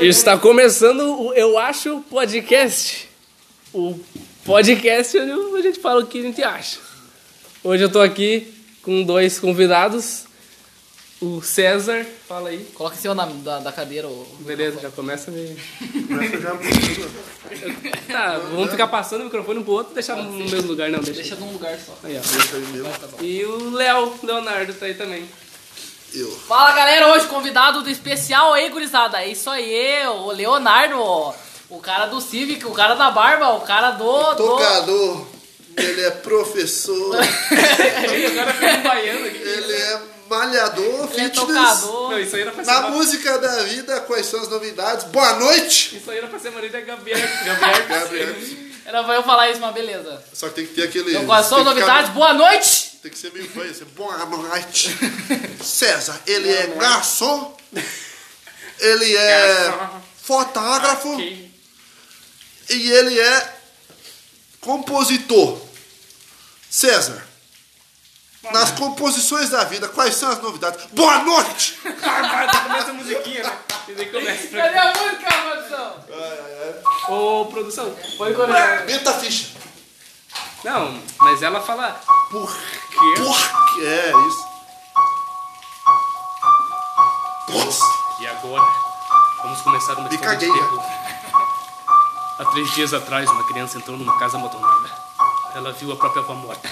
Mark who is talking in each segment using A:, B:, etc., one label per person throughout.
A: Está começando o Eu Acho Podcast. O podcast onde a gente fala o que a gente acha. Hoje eu tô aqui com dois convidados. O César, fala aí.
B: Coloca seu nome da, da cadeira. ô.
A: Beleza, já começa a me... Tá, vamos ficar passando o microfone um pro outro, deixar no mesmo lugar, não, deixa.
B: Deixa num lugar só.
A: Aí, ó. E o Léo, Leonardo, tá aí também.
C: Eu.
B: Fala galera, hoje convidado do especial aí, gurizada. É isso aí, o Leonardo, ó. o cara do Civic, o cara da barba, o cara do. do...
C: Tocador, ele é professor,
A: Aí, agora fica um baiano aqui.
C: ele é malhador,
B: Ele é
C: fitness.
B: tocador.
A: Não, isso aí era pra ser
C: Na
A: uma-
C: música da vida, quais são as novidades? Boa noite!
A: Isso aí era pra ser Maria da Gabriel. Gabriel.
C: Gabriel.
B: Era pra eu falar isso, mas beleza.
C: Só que tem que ter aquele.
B: Então, quais são as
C: tem que
B: novidades? Boa noite!
C: ficar- Tem que ser meio fã, ser boa noite. César, ele é garçom, ele é
A: Garçom.
C: fotógrafo
A: Ok.
C: e ele é compositor. César, nas composições da vida, quais são as novidades? Boa noite!
A: começa a musiquinha, né? E daí começa.
B: Cadê a música, produção?
A: Ô, produção.
B: Foi correr.
C: Meta a ficha.
A: Não, mas ela fala.
C: Por
A: quê?
C: que é isso? Nossa.
A: E agora? Vamos começar uma
C: Me
A: história de
C: caguei,
A: terror. Há três dias atrás, uma criança entrou numa casa abandonada. Ela viu a própria avó morta.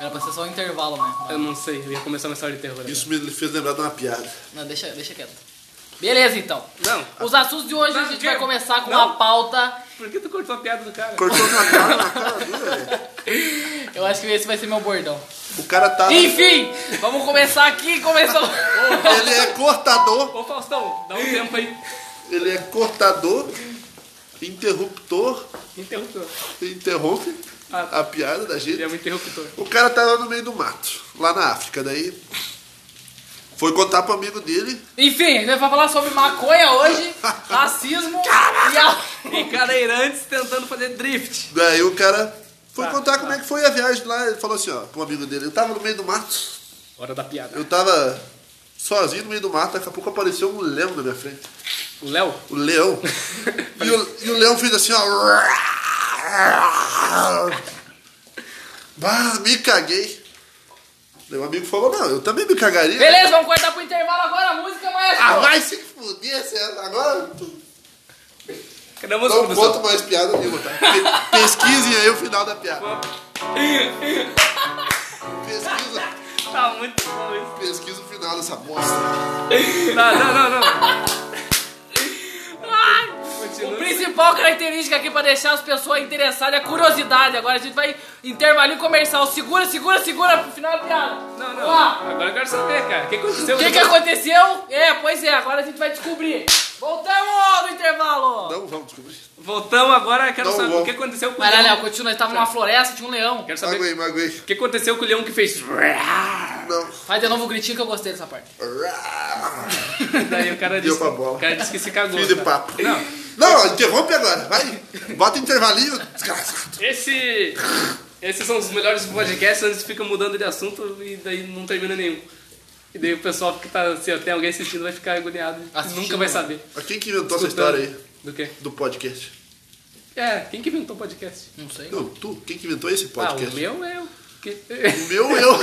B: Era pra ser só um intervalo, né?
A: Eu não sei, eu ia começar uma história de terror. agora.
C: Isso me fez lembrar de uma piada.
B: Não, deixa, deixa quieto. Beleza, então.
A: Não.
B: Os assuntos de hoje
A: Não,
B: a gente
A: que-
B: vai começar com
A: não.
B: uma pauta.
A: Por que tu cortou a piada do cara?
C: Cortou na cara, na cara dura, velho.
B: Eu acho que esse vai ser meu bordão.
C: O cara tá.
B: Enfim, vamos começar aqui. Começamos.
C: Ele é cortador,
A: Ô, Faustão, dá um tempo aí.
C: ele é cortador, interruptor,
A: Interruptor.
C: interrompe
A: Ah.
C: a piada da gente.
A: Ele é um interruptor.
C: O cara tava no meio do mato, lá na África. Daí foi contar pro amigo dele.
B: Enfim, a gente vai falar sobre maconha hoje, racismo e a...
A: E cadeirantes tentando fazer drift.
C: Daí o cara foi
A: Tá,
C: contar como é que foi a viagem lá. Ele falou assim, ó, pro amigo dele. Eu tava no meio do mato.
A: Hora da piada.
C: Eu tava sozinho no meio do mato, daqui a pouco apareceu um leão na minha frente.
A: O Léo?
C: O leão. e, o, e o leão fez assim, ó. Bah, me caguei. Meu amigo falou, não, eu também me cagaria.
B: Beleza, vamos cortar pro intervalo agora a música, é maestro.
C: Ah, vai se fuder, César. agora tu
A: Cadê a música,
C: não conto
A: produção?
C: mais piada nenhuma, tá? Pe- Pesquisem aí o final da piada. Pesquisa,
A: Tá muito bom isso.
C: pesquisa o final dessa bosta.
A: Tá, não, não, não.
B: Ai,
A: Continua.
B: O principal característica aqui pra deixar as pessoas interessadas é a curiosidade. Agora a gente vai intervalinho comercial. Segura, segura, segura pro final da piada.
A: Não,
B: Vamos
A: não.
B: lá.
A: Agora eu quero saber, cara. O que aconteceu?
B: O que, que aconteceu? É, pois é, agora a gente vai descobrir. Voltamos do intervalo!
C: Não vamos descobrir.
A: Voltamos agora, eu quero
C: Não
A: saber
C: vou.
A: o que aconteceu com o
B: Vai lá,
A: leão.
B: Léo, continua. Nós tava numa floresta, tinha um leão.
A: Quero saber
C: Magoei, magoei.
A: o que aconteceu com o leão que fez.
C: Não.
B: Faz de novo o gritinho que eu gostei dessa parte.
A: Daí o cara
C: Deu
A: disse.
C: pra bola.
A: O cara disse que se cagou.
C: Fim de
A: tá?
C: papo.
A: Não.
C: Não, interrompe agora, vai. Bota intervalinho, desgraçado.
A: Esse. Esses são os melhores podcasts, onde fica mudando de assunto e daí não termina nenhum. E daí o pessoal que tá, se tem alguém assistindo, vai ficar agoniado.
B: Assistindo,
A: Nunca vai
B: não.
A: saber.
C: Mas Quem que inventou essa história aí
A: Do quê?
C: do podcast?
A: É, quem que inventou o podcast?
B: Não sei.
C: Não, tu, quem que inventou esse
A: Ah, o
C: podcast?
A: meu é o que.
C: o meu, eu. o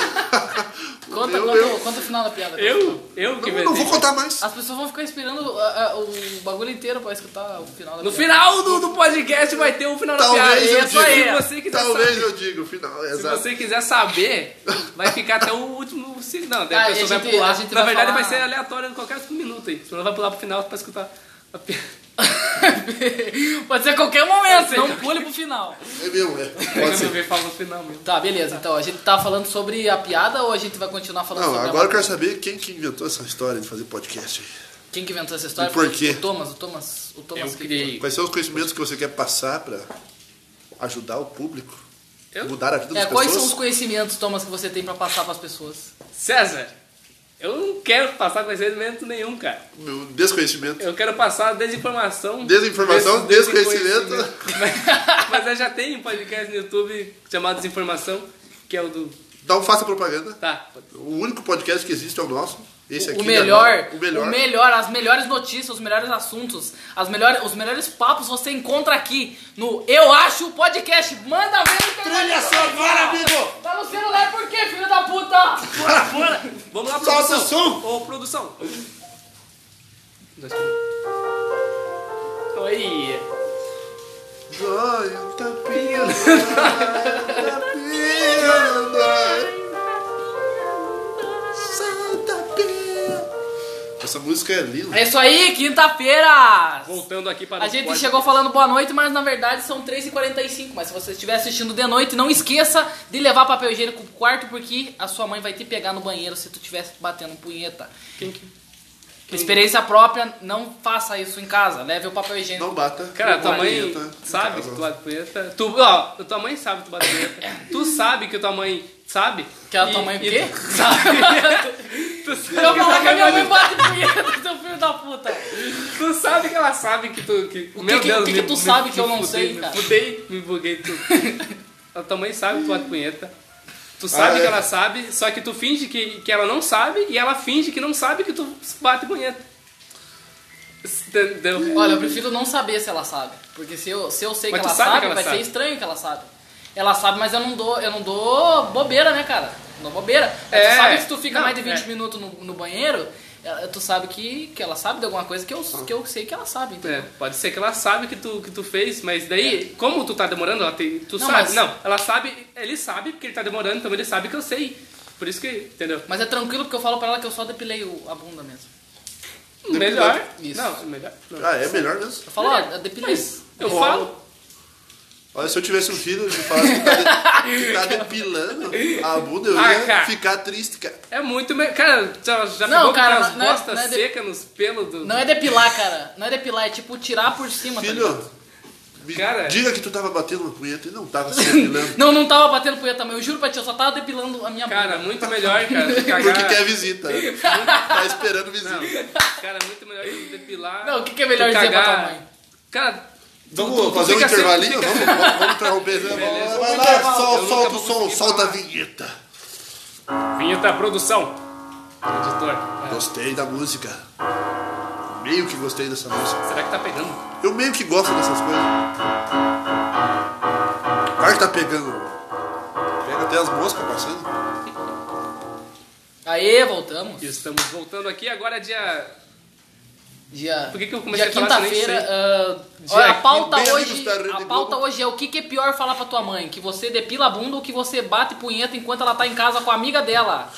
B: Conta,
C: meu,
B: conta,
C: eu.
B: conta o final da piada.
A: Eu? Eu que
C: Não, não vou
A: inventei.
C: contar mais.
B: As pessoas vão ficar esperando ah, ah, o bagulho inteiro pra escutar o final da
A: No
B: piada.
A: final do, do podcast vai ter o final da piada.
C: Talvez eu
A: É isso aí.
C: diga.
A: Se você quiser
C: Talvez
A: saber,
C: eu diga o final,
A: se
C: exato.
A: você quiser saber, vai ficar até o último. se- Não, daí
B: Ah,
A: a
B: e a
A: pessoa vai
B: gente-
A: pular.
B: a gente
A: Na
B: vai
A: verdade,
B: falar-
A: vai ser aleatório em qualquer minuto aí. Senão vai pular pro final pra escutar a piada.
B: Pode ser qualquer momento,
A: ser
B: não
A: qualquer-
B: pule pro final.
C: É mesmo, é. Pode
A: Quando
C: ser.
A: ver, fala no final mesmo.
B: Tá, beleza. Então, a gente tá falando sobre a piada ou a gente vai continuar falando
C: Não,
B: sobre
C: agora
B: a
C: eu quero saber quem que inventou essa história de fazer podcast aí.
B: Quem que inventou essa história?
C: E por quê?
B: O Thomas, o Thomas, o Thomas
A: Eu
B: que-
A: criei.
C: Quais são os conhecimentos que você quer passar pra ajudar o público?
A: Eu?
C: Mudar a vida das
B: É,
C: pessoas?
B: quais são os conhecimentos, Thomas, que você tem pra passar pras pessoas?
A: César, eu não quero passar conhecimento nenhum, cara.
C: Meu desconhecimento.
A: Eu quero passar desinformação.
C: Desinformação,
A: des-
C: desconhecimento.
A: Mas, mas eu já tenho um podcast no YouTube chamado Desinformação, que é o do.
C: Não um faça propaganda.
A: Tá,
C: O único podcast que existe é o nosso. Esse
B: o-
C: aqui
B: o, melhor,
C: é o melhor.
B: o melhor, as melhores notícias, os melhores assuntos, as melhores, os melhores papos você encontra aqui no Eu Acho Podcast. Manda ver
C: Trilha sonora, amigo!
B: Tá no celular por quê, filho da puta?
A: Bora, bora! Vamos lá,
C: Solta
A: produção!
C: o som.
A: Ô, produção!
B: Oi.
C: Ganho tapinha, tapinha, Santa Pia. Essa música é linda.
B: É isso aí, quinta-feira.
A: Voltando aqui para
B: A
A: o
B: gente
A: podcast.
B: chegou falando boa noite, mas na verdade são 3h45. Mas se você estiver assistindo de noite, não esqueça de levar papel higiênico pro quarto, porque a sua mãe vai te pegar no banheiro se tu estiver batendo punheta.
A: Quem que-
B: Experiência própria, não faça isso em casa. Leve o papel higiênico.
C: Não bata.
A: Cara,
C: Não
A: tua
C: bata
A: mãe
C: punheta em
A: sabe
C: casa.
A: que tu bate punheta. Tu, ó, tua mãe sabe que tu bate punheta. Tu sabe que tua mãe sabe.
B: Que a
A: E-
B: tua mãe o
A: e-
B: quê?
A: Tu sabe,
B: Eu vou falar que é a minha
A: bate-
B: mãe bate punheta, seu filho da puta.
A: tu sabe que ela sabe que tu. Que,
B: O que que- o que que tu sabe que eu não sei,
A: me
B: cara?
A: Fudei, me buguei tudo. a tua mãe sabe que tu bate punheta. Tu sabe
C: Ah,
A: que
C: é.
A: ela sabe, só que tu finge que, que ela não sabe e ela finge que não sabe que tu bate punheta. Entendeu?
B: Olha, eu prefiro não saber se ela sabe. Porque se eu, se eu sei
A: Mas
B: que
A: tu
B: ela
A: sabe
B: sabe,
A: que ela
B: vai
A: sabe?
B: ser estranho que ela sabe. Ela sabe, mas eu não dou, eu não dou bobeira, né, cara? Não dou bobeira. Mas
A: É.
B: Tu sabe que se tu fica
A: Não,
B: mais de 20
A: é.
B: minutos no, no banheiro, ela- tu sabe que, que ela sabe de alguma coisa que eu, que eu sei que ela sabe, entendeu?
A: É, pode ser que ela sabe que tu, que tu fez, mas daí, como tu tá demorando, ela tem, tu
B: É. Não,
A: sabe.
B: mas-
A: Não, ela sabe, ele sabe porque ele tá demorando, então ele sabe que eu sei. Por isso que, entendeu?
B: Mas é tranquilo porque eu falo pra ela que eu só depilei o- a bunda mesmo.
A: Melhor.
B: Isso.
A: Não, é melhor. não.
C: Ah, é melhor mesmo.
B: Eu falo, ó, eu depilei.
A: Mas eu
C: Bom.
A: falo.
C: Olha, se eu tivesse um filho e falasse que tá, de- que tá depilando a bunda, eu
A: Ah,
C: ia
A: cara.
C: ficar triste, cara.
A: É muito melhor. Cara, já, já
B: Não,
A: pegou
B: cara,
A: aquelas
B: não é-
A: costas
B: não é de-
A: secas nos pelos do.
B: Não é depilar, cara. Não é depilar, é tipo tirar por cima. tá ligado?
C: Filho, me
A: Cara.
C: diga que tu tava batendo uma punheta e não tava se depilando.
B: Não, não tava batendo punheta também. Eu juro pra ti, eu só tava depilando a minha
A: Cara,
B: bunda.
A: muito melhor, cara. tu cagar-
C: Porque quer visita. né? Tá esperando visita.
A: Não, cara, muito melhor tu depilar.
B: Não, o que, que é
A: tu
B: melhor dizer pra tua
A: cagar-
B: mãe?
A: Cara,
C: Vamos
A: tu- tu
C: fazer um
A: fica sempre-
C: intervalinho? Vamos, vamos, vamos interromper. né?
A: Beleza.
C: Vai
A: Vamos
C: lá,
A: intervalo.
C: sol-
A: Eu nunca
C: solta o
A: vou
C: som,
A: conseguir
C: solta a
A: falar.
C: vinheta.
A: Vinheta produção. Editor.
C: Gostei da música. Meio que gostei dessa música.
A: Será que tá pegando?
C: Eu meio que gosto dessas coisas. Claro que tá pegando. Pega até as moscas passando.
B: Aê, voltamos.
A: Estamos voltando aqui agora, é dia
B: Dia,
A: Por que que eu comecei
B: dia
A: a falar isso? Eu nem
B: quinta-feira. ah, olha, a
A: Dia-
B: pauta,
C: Bem
B: hoje,
C: amigos da Rede
B: a
C: Globo.
B: pauta hoje é o que, que é pior falar pra tua mãe: que você depila a bunda ou que você bate punheta enquanto ela tá em casa com a amiga dela.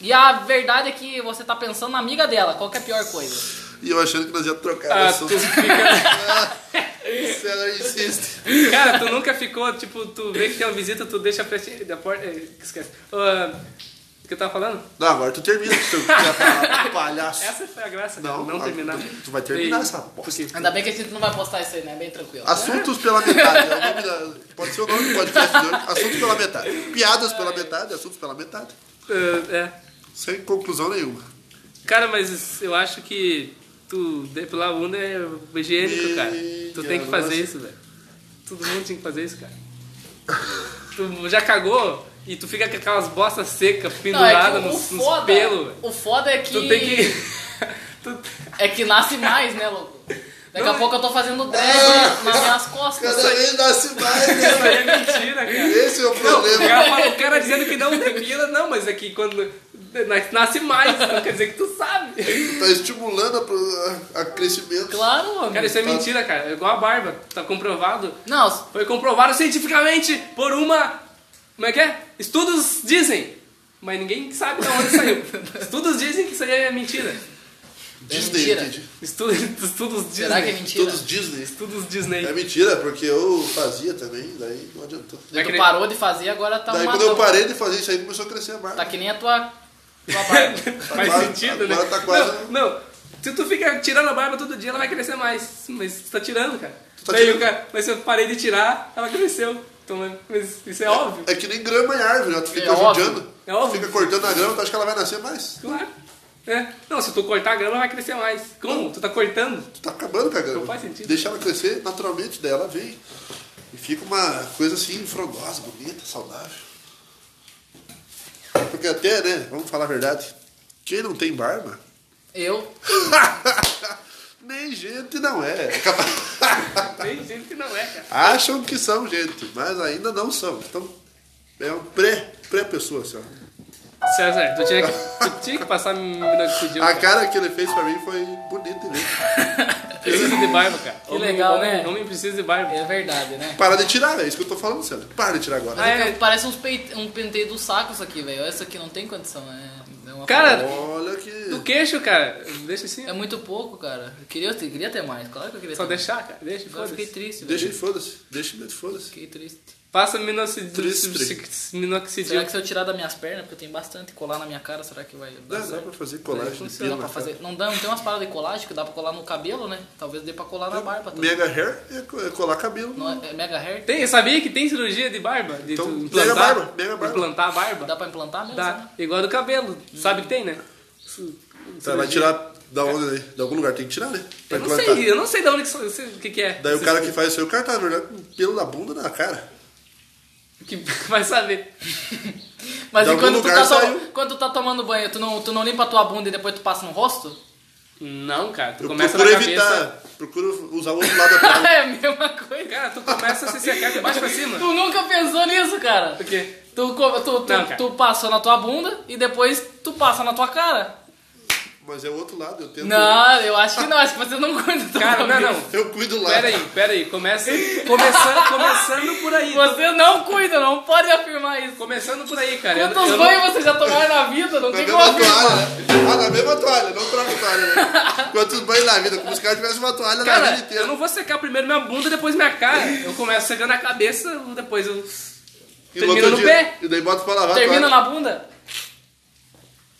B: E a verdade é que você tá pensando na amiga dela, qual que é a pior coisa?
C: E eu achando que nós ia trocar.
A: Ah,
C: Ah,
A: tu
C: Se ela insiste.
A: Cara, tu nunca ficou, tipo, tu vê que tem uma visita, tu deixa a frente da porta. eh, Esquece. Ah, O que eu tava falando?
C: Não, agora tu termina. Se tu quiser falar, palhaço.
A: Essa é foi a graça, cara,
C: Não,
A: não
C: ah,
A: terminar.
C: tu- tu vai terminar essa bosta.
A: Porque-
B: Ainda bem que a gente não vai postar isso aí, né? Bem tranquilo.
A: Assim,
C: Assuntos pela metade. é o nome da- Pode ser o nome do podcast de hoje. Assuntos pela metade. Piadas pela metade, assuntos pela metade.
A: Ah, é.
C: Sem conclusão nenhuma.
A: Cara, mas eu acho que tu depilar a bunda é higiênico, cara. Tu tem que fazer isso, velho. Todo mundo tem que fazer isso, cara. Tu já cagou e tu fica com aquelas bostas secas
B: Não, é
A: penduradas
B: que o, o
A: nos, nos
B: foda,
A: pelos, velho.
B: o foda é que,
A: Tu tem que. tu-
B: é que nasce mais, né, louco? Daqui a
A: Não, é-
B: pouco eu tô fazendo dread nas minhas costas.
C: Cada vez nasce mais, né?
A: Isso aí é mentira, cara.
C: Esse é o
A: O
C: problema.
A: cara, fala- o cara dizendo que não depila, não, mas é que quando nas- nasce mais, não quer dizer que tu sabe.
C: Tá estimulando a pro- a, a crescimento.
B: Claro, homem.
A: Cara, isso é mentira, cara. É igual a barba, tá comprovado.
B: Não,
A: Foi comprovado cientificamente por uma. Como é que é? Estudos dizem, mas ninguém sabe de onde saiu. Estudos dizem que isso aí é mentira.
C: Disney,
B: mentira.
C: entendi.
A: Estudos, estudos Disney.
B: será que é mentira?
C: Todos Disney.
A: Estudos Disney.
C: É mentira, porque eu fazia também, daí não adiantou.
A: É que
B: Tu
A: nem-
B: parou de fazer, agora
A: Então,
B: tá
C: Daí
B: uma
C: quando eu parei de fazer isso aí, começou a crescer mais.
B: Tá que nem a tua, tua barba.
A: Faz
C: quase-
A: sentido, né?
C: agora tá quase-
A: Não, não. Se tu fica tirando a barba todo dia, ela vai crescer mais. Mas tu tá tirando, cara.
C: Tu tá
A: Daí
C: tirando.
A: o cara- mas se eu parei de tirar, ela cresceu. Então, mas isso é óbvio.
C: É que nem grama em árvore, ó, tu fica
B: É óbvio.
C: judiando.
A: É óbvio.
C: Fica cortando a grama, tu acha que ela vai nascer mais.
A: Claro. É. Não, se tu cortar a grama, vai crescer mais. Como? Tu tá cortando.
C: Tu tá acabando com a grama.
A: Não faz sentido.
C: Deixa ela crescer naturalmente, daí ela vem. E fica uma coisa assim, frondosa, bonita, saudável. Porque até, né, vamos falar a verdade, Quem não tem barba?
B: Eu?
C: Nem gente não é. Capaz-
A: Tem gente que não é, cara.
C: Acham que são gente, mas ainda não são. Então, é um pré- pré-pessoa, assim, pré senhora.
A: César, tu tinha que, tu tinha que passar minoxidil.
C: A
A: cara.
C: cara que ele fez pra mim foi bonita, né?
A: Precisa de barba, cara. Que
B: legal,
A: homem,
B: né?
A: Homem precisa de barba.
B: É verdade, né?
C: Para de tirar, é isso que eu tô falando, Sandra. Para de tirar agora.
A: Ah, é?
B: Parece uns peit- um penteio do saco isso aqui, velho. Essa aqui não tem condição, é. é uma
A: Cara,
B: parada.
C: Olha que.
A: Do queixo, cara. Deixa assim.
B: É muito pouco, cara. Eu queria, eu queria ter mais, claro que eu queria
A: Só
B: ter mais.
A: deixar, cara. Deixa,
B: Agora eu fiquei
A: foda-se.
B: triste,
C: Deixa
B: velho.
C: ele, foda-se. Deixa ele, foda-se.
B: Fiquei triste.
A: Passa minoxidil.
C: Triste.
B: Será
A: Minoxidil.
B: que se eu tirar das minhas pernas, porque eu tenho bastante, colar na minha cara, será que vai dar
C: Dá, dá
B: certo?
C: pra né, fazer colagem de
B: Não
C: pelo.
B: dá pra fazer. Não dá, não tem umas paradas de colagem que dá pra colar no cabelo, né? Talvez dê pra colar na barba também.
C: Mega hair é co- é colar cabelo.
B: Não é, é mega hair?
A: Tem, sabia que tem cirurgia de barba? De
C: Então,
A: tu
C: pega
A: implantar,
C: a barba, pega a barba.
A: Implantar a barba?
B: Dá pra implantar mesmo?
A: Dá.
B: né?
A: Igual a do cabelo. Sabe que tem, né? Su-
C: Tá, vai tirar da onde, né? De algum lugar tem que tirar, né? Pra
A: Eu não
C: implantar.
A: sei, eu não sei de onde que, so- se- o que, que é.
C: Daí o cara que faz o seu cara tá, na verdade, com pelo na bunda na cara.
A: Que vai saber.
B: Mas
C: De
B: e
C: algum
B: quando tu,
C: lugar
B: tá to-
C: saiu.
B: quando tu tá tomando banho, tu não, tu não limpa a tua bunda e depois tu passa no rosto?
A: Não, cara. Tu
C: Eu
A: começa na
C: procuro
A: cabeça.
C: evitar. Procuro usar o outro lado da perna.
B: é a mesma coisa.
A: Cara, tu começa a se secar de baixo pra cima.
B: Tu nunca pensou nisso, cara?
A: O quê?
B: Tu, co- tu, tu,
A: Não, cara.
B: tu passou na tua bunda e depois tu passa na tua cara.
C: Mas é o outro lado, eu tento.
B: Não, eu acho que não, acho que você não cuida da tua
A: Cara, não,
B: cabeça.
A: não.
C: Eu cuido lá.
A: Pera aí, pera aí. Começa, começando, começando por aí.
B: Você não cuida, não pode afirmar isso.
A: Começando por aí, cara. Eu-
B: Quantos
A: eu não-
B: banhos você já tomaram na vida? Não
C: Na
B: tem
C: mesma
B: como afirmar.
C: toalha. Ah, na mesma toalha, não troca a toalha, né? Quantos banhos na vida, como se o cara tivesse uma toalha na vida
A: Cara,
C: inteira.
A: eu não vou secar primeiro minha bunda, depois minha cara. Eu começo secando a cabeça, depois eu.
C: E
A: termino
C: outro
A: no
C: dia-
A: pé.
C: E daí bota pra lavar
B: Termina
C: a toalha.
B: na bunda?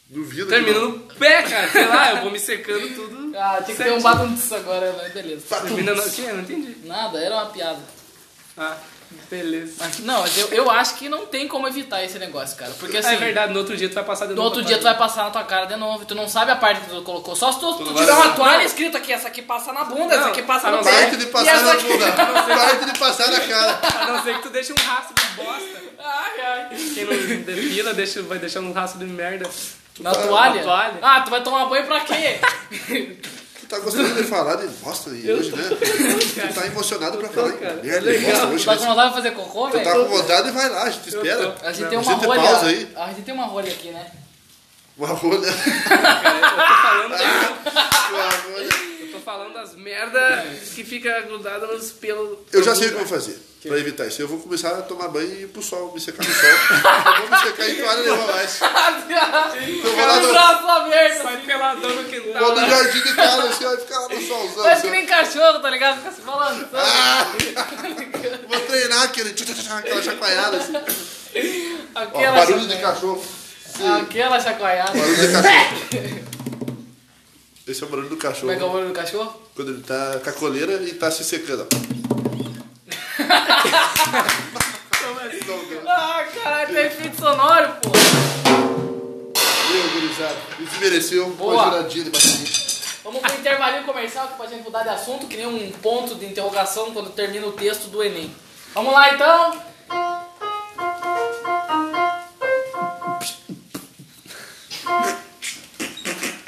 C: Duvido. que
A: Termino
C: não.
A: no pé, cara. Sei lá, eu vou me secando tudo.
B: Ah, tinha que ter um batom disso agora, mas
C: Tá
B: beleza.
A: Termina no. O quê? Eu Não entendi.
B: Nada, era uma piada.
A: Ah, beleza.
B: Mas, não, mas eu, eu acho que não tem como evitar esse negócio, cara. Porque
A: Ah,
B: assim,
A: é verdade, no outro dia tu vai passar de novo. tá
B: no outro
A: pra
B: dia tu
A: trás.
B: vai passar na tua cara de novo. e Tu não sabe a parte que tu colocou. Só se tu, tu
A: não
B: tirar
A: vai-
B: uma toalha escrito aqui, essa aqui passa na bunda, essa
A: Não,
B: aqui passa
A: a
B: no
A: não
B: pé.
C: Parte de
B: e
C: passar
B: essa
C: na
B: aqui-
C: bunda. Parte de passar na cara.
A: A não ser que tu deixe um rastro de bosta.
B: Ai, ai.
A: Quem não depila deixa, vai deixar um rastro de merda.
B: Na toalha?
A: toalha.
B: Ah, tu vai tomar banho pra quê?
C: Tu tá gostando de falar de bosta aí hoje, né? Tu tá emocionado pra falar
A: cara.
C: de merda de bosta
B: tu
C: hoje.
B: tá
C: né?
B: com vontade de fazer cocô,
C: Tu tá
B: velho?
C: com vontade e vai lá, a gente espera.
B: A gente
A: Não,
B: tem uma
C: você tem
B: rolha.
C: pausa aí?
B: A gente tem uma rolha aqui, né?
C: Uma rolha.
A: Cara, eu tô falando,
C: Uma rolha.
A: eu tô falando das merdas que fica grudada nos pelos.
C: Eu
B: Então,
C: já sei o que eu vou fazer pra evitar isso. Eu vou começar a tomar banho e ir pro sol, me secar no sol. eu vou me secar em toalha e levar mais.
B: Com
C: vou lá
B: o
C: no-
B: braço aberto.
A: Sai peladão no quintal.
C: Vou no jardim de casa, assim, ó, e ficar lá no solzão.
B: Faz que
C: Assim, ó.
B: nem cachorro, tá ligado? Fica se balançando.
C: Vou treinar aquele, tchu, tchu, tchu, aquela chacoalhada, assim. Ó,
B: Aquela, Ah,
C: barulho de cachorro.
B: aquela chacoalhada.
C: Barulho de cachorro. Esse é o barulho do cachorro.
B: Como é que é o olho do cachorro?
C: Quando ele tá com a coleira e tá se secando. ó.
B: Ah, caralho, tem efeito sonoro, pô.
C: Meu, gurizada. Isso mereceu
B: Boa.
C: uma giradinha de bateria.
B: Vamos pro intervalinho comercial que pra gente mudar de assunto, que nem um ponto de interrogação quando termina o texto do Enem. Vamos lá, então.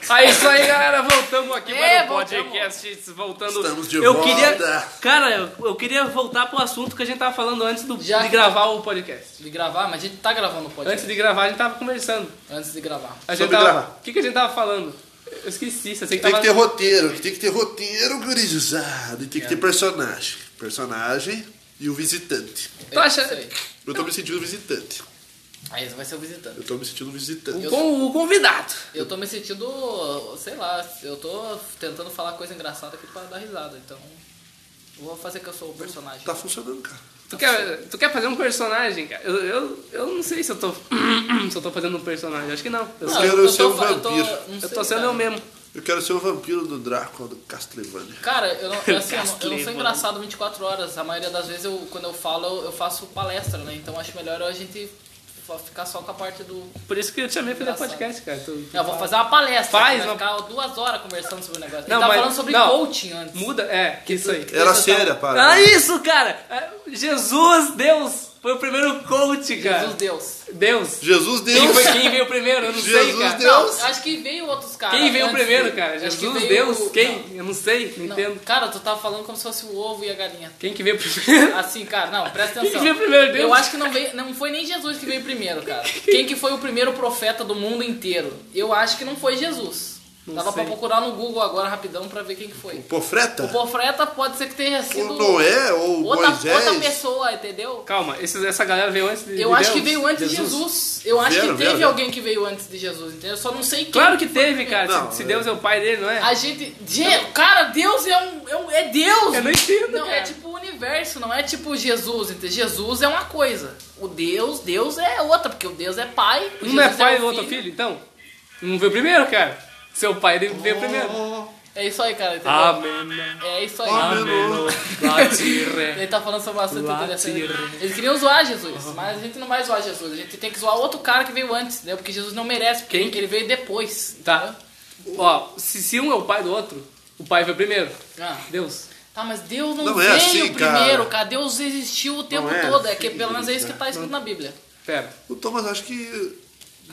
A: É isso aí, galera. Voltamos aqui
B: É,
A: para o
B: voltamos.
A: podcast. Voltando.
C: Estamos de
A: eu
C: volta.
A: Queria, cara, eu, eu queria voltar pro assunto que a gente tava falando antes do-
B: Já.
A: de gravar o podcast.
B: De gravar, mas a gente tá gravando o podcast.
A: Antes de gravar, a gente tava conversando.
B: Antes de gravar.
A: A gente
C: Sobre
A: tava,
C: gravar.
A: o que, que a gente tava falando? Eu esqueci, só sei que
C: Tem
A: tava. É.
C: que ter roteiro, tem que ter roteiro, gurizada. E tem que ter personagem. Personagem e o visitante.
A: Tu acha-
B: Isso aí.
C: Eu tô me sentindo visitante.
B: Aí você vai ser o visitante.
C: Eu tô me sentindo um visitante.
A: Com o convidado.
B: Eu tô me sentindo, sei lá, eu tô tentando falar coisa engraçada aqui pra dar risada, então. Vou fazer que eu sou o personagem.
C: Tá funcionando, cara.
A: Tu quer, tu quer fazer um personagem, cara? Eu, eu, eu não sei se eu tô. se eu tô fazendo um personagem. Acho que não. Eu,
B: Não,
A: sou-
C: quero ser
B: tô
C: um
B: fa- eu tô-
C: vampiro.
B: não
A: eu
B: sei,
A: tô sendo
B: cara.
A: eu mesmo.
C: Eu quero ser o vampiro do Drácula do Castlevania.
B: Cara, eu não, assim, eu, não, eu não
A: Castlevania.
B: sou engraçado 24 horas. A maioria das vezes, eu, quando eu falo, eu, eu faço palestra, né? Então acho melhor a gente fa- ficar só com a parte do.
A: Por isso que eu te chamei pra fazer
B: Engraçado.
A: podcast, cara. Tu- tu
B: Eu vou
A: fala.
B: fazer uma palestra.
A: Faz
B: vai
A: uma-
B: ficar duas horas conversando sobre o negócio.
A: Não,
B: Ele tá
A: mas-
B: falando sobre
A: não.
B: coaching antes.
A: Muda, é, isso aí.
C: Era séria, para.
A: Ah, isso, cara! É, Jesus, Deus, Foi o primeiro coach, cara.
B: Jesus Deus.
A: Deus.
C: Jesus
A: Quem,
C: Deus.
A: foi, quem veio primeiro? Eu não sei,
C: Jesus
A: cara.
C: Deus.
B: Não, acho que veio outros caras.
A: Quem veio
B: antes
A: primeiro,
B: dele.
A: cara?
B: Acho que
A: Jesus,
B: veio-
A: Deus,
B: não,
A: quem? Eu não sei, não,
B: não.
A: entendo.
B: Cara, tu tava falando como se fosse o ovo e a galinha.
A: Quem que veio primeiro?
B: Assim, cara, não, presta
A: Quem que
B: atenção.
A: veio primeiro, Deus?
B: Eu acho que não, veio, não foi nem Jesus que veio primeiro, cara. Quem que foi o primeiro profeta do mundo inteiro? Eu acho que não foi Jesus.
A: Não
B: Dava
A: sei.
B: pra procurar no Google agora rapidão pra ver quem que foi. O
C: Profeta?
B: profeta pode ser que tenha sido
C: O Noé ou
B: outra,
C: Moisés?
B: outra pessoa, entendeu?
A: Calma, esses- essa galera veio antes de de
B: Eu acho
A: Deus?
B: que veio antes de Jesus. Eu acho
C: Vieram,
B: que teve
C: vieram.
B: alguém que veio antes de Jesus, entendeu? Eu só não sei quem.
A: Claro que teve, cara.
C: Não,
A: se, se
C: eu-
A: Deus é o pai dele, não é?
B: A gente. Je- Cara, Deus é um. É, um- é Deus!
A: Eu não entendo,
B: Não,
A: cara.
B: é tipo o universo, não é tipo Jesus, entendeu? Jesus é uma coisa. O Deus, Deus é outra, porque o Deus é pai. o
A: Um não é
B: Jesus
A: pai
B: o
A: do outro filho, então? Um veio primeiro, cara. Seu pai ele veio primeiro.
B: É isso aí, cara, entendeu?
C: Ah.
A: Amém.
B: É isso aí.
A: Amém. Latire.
B: Ele tá falando sobre um assunto
A: Lá
B: interessante.
A: tira.
B: Eles queriam zoar Jesus, mas a gente não vai zoar Jesus. A gente tem que zoar outro cara que veio antes, entendeu? Porque Jesus não merece, porque
A: Quem?
B: ele veio depois.
A: Tá. Ó, se, se um é o pai do outro, o pai veio primeiro.
B: entendeu? Ah.
A: Deus.
B: Tá, mas Deus não,
C: Não é
B: veio
C: assim, cara.
B: primeiro, cara. Deus existiu o tempo
C: é
B: todo. É
C: assim,
B: que pelo menos é isso que
C: cara.
B: tá escrito na Bíblia.
A: Pera.
C: O Thomas, acho que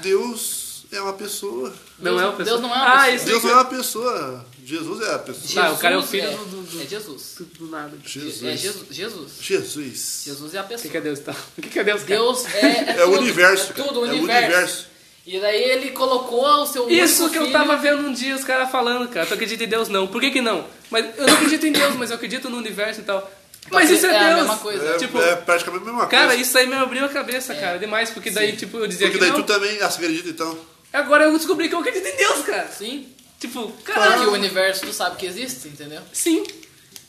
C: Deus é uma pessoa.
A: Não
B: Deus-
A: é o pessoa.
B: Deus não é uma
A: Ah,
B: pessoa.
A: isso
C: Deus não é uma pessoa. Jesus é a pessoa.
A: Tá, o cara é o
B: Jesus
A: filho
B: é,
A: do- do- do-
B: é Jesus.
A: do nada.
B: É
C: Jesus.
B: Jesus. Jesus.
C: Jesus.
B: Jesus é a
A: O que
B: pessoa.
A: que é Deus, então? O que que é Deus, cara?
B: Deus é,
C: É o
B: tudo,
C: universo.
B: É
C: cara.
B: tudo, o
C: É
B: universo. E daí ele colocou o é seu
A: Isso
B: único
A: que eu
B: filho-
A: tava vendo um dia os caras falando, cara. Tu acredita em Deus? Não. Por que que não? Mas eu não acredito em Deus, mas eu acredito no universo e tal. Mas isso é,
B: É a
A: Deus.
B: mesma coisa.
C: É,
A: Tipo,
C: é praticamente a mesma
A: Cara,
C: coisa.
A: isso aí me abriu a cabeça, cara. Demais, porque daí, tipo, eu dizia
C: Porque
A: que
C: daí
A: não.
C: tu tá- também acredita, então.
A: Agora eu descobri que eu acredito em Deus, cara.
B: Sim.
A: Tipo,
B: Porque
A: caralho.
B: o universo tu sabe que existe, entendeu?
A: Sim.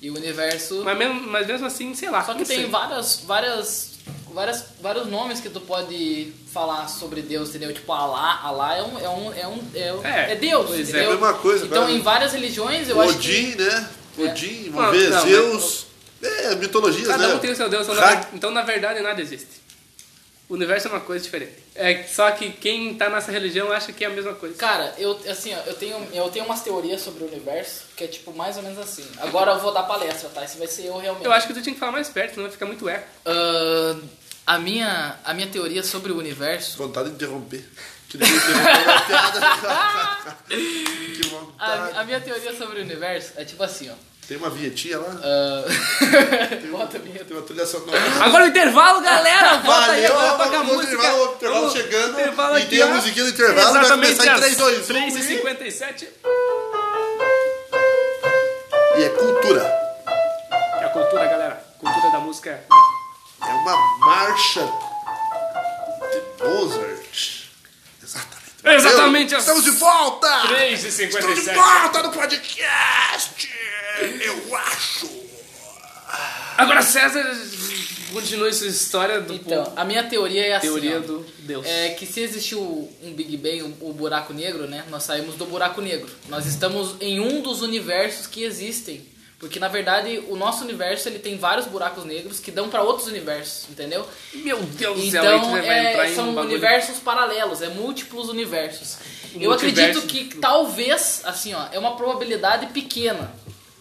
B: E o universo.
A: Mas mesmo, mas mesmo assim, sei lá.
B: Só que
A: não
B: tem
A: sei.
B: várias, várias, várias, vários nomes que tu pode falar sobre Deus, entendeu? Tipo, Alá, Alá é um, é um, é um, é, um-
A: É,
B: é Deus,
A: pois é.
B: entendeu?
C: É a mesma coisa,
B: Então,
C: cara.
B: em várias religiões, eu acho que...
C: Odin, né? Odin, vamos
A: Ah,
C: ver,
A: não, mas-
C: Zeus. É, mitologias,
A: Cada
C: né?
A: um tem o seu Deus, então,
C: Ra-
A: na, então, na verdade nada existe. O universo é uma coisa diferente. É, só que quem tá nessa religião acha que é a mesma coisa.
B: Cara, eu, assim, ó, eu tenho, eu tenho umas teorias sobre o universo que é, tipo, mais ou menos assim. Agora eu vou dar palestra, tá? Esse vai ser eu realmente.
A: Eu acho que tu tinha que falar mais perto, senão vai ficar muito eco.
B: Ah, a, minha, a minha teoria sobre o universo...
C: Vontade de interromper. Que ninguém interrompeu a piada. que vontade.
B: A, a minha teoria sobre o universo é tipo assim, ó.
C: Tem uma vietinha lá?
B: Ah, Bota a minha
C: Tem uma trilha sonora.
A: Agora o intervalo, galera! Volta aí
C: Valeu,
A: agora pra cá,
C: vamos
A: música.
C: intervalo, o intervalo
A: Vamos,
C: chegando.
A: intervalo
C: E
A: aqui,
C: tem a
A: ó.
C: musiquinha do intervalo, vai
A: Exatamente
C: começar em um.
A: às
C: 3, 2, 1,
A: 3h57.
C: E é cultura.
A: É a cultura, galera. Cultura da música.
C: É uma marcha de Mozart. Exatamente.
A: Exatamente
C: Eu-
A: às
C: Estamos de volta!
A: 3h57.
C: Estamos de volta no podcast! Eu acho!
A: Agora César continua essa história do
B: Então, a minha teoria é assim.
A: teoria
B: ó.
A: do Deus.
B: É que se existiu um Big Bang, o um, buraco negro, né? Nós saímos do buraco negro. Nós estamos em um dos universos que existem. Porque na verdade o nosso universo ele tem vários buracos negros que dão pra outros universos, entendeu?
A: Meu Deus do céu, aí tu
B: Então
A: já vai
B: é,
A: entrar em
B: são
A: um bagulho.
B: universos paralelos, é múltiplos universos. Eu
A: Multiverso.
B: acredito que talvez, assim, ó, é uma probabilidade pequena,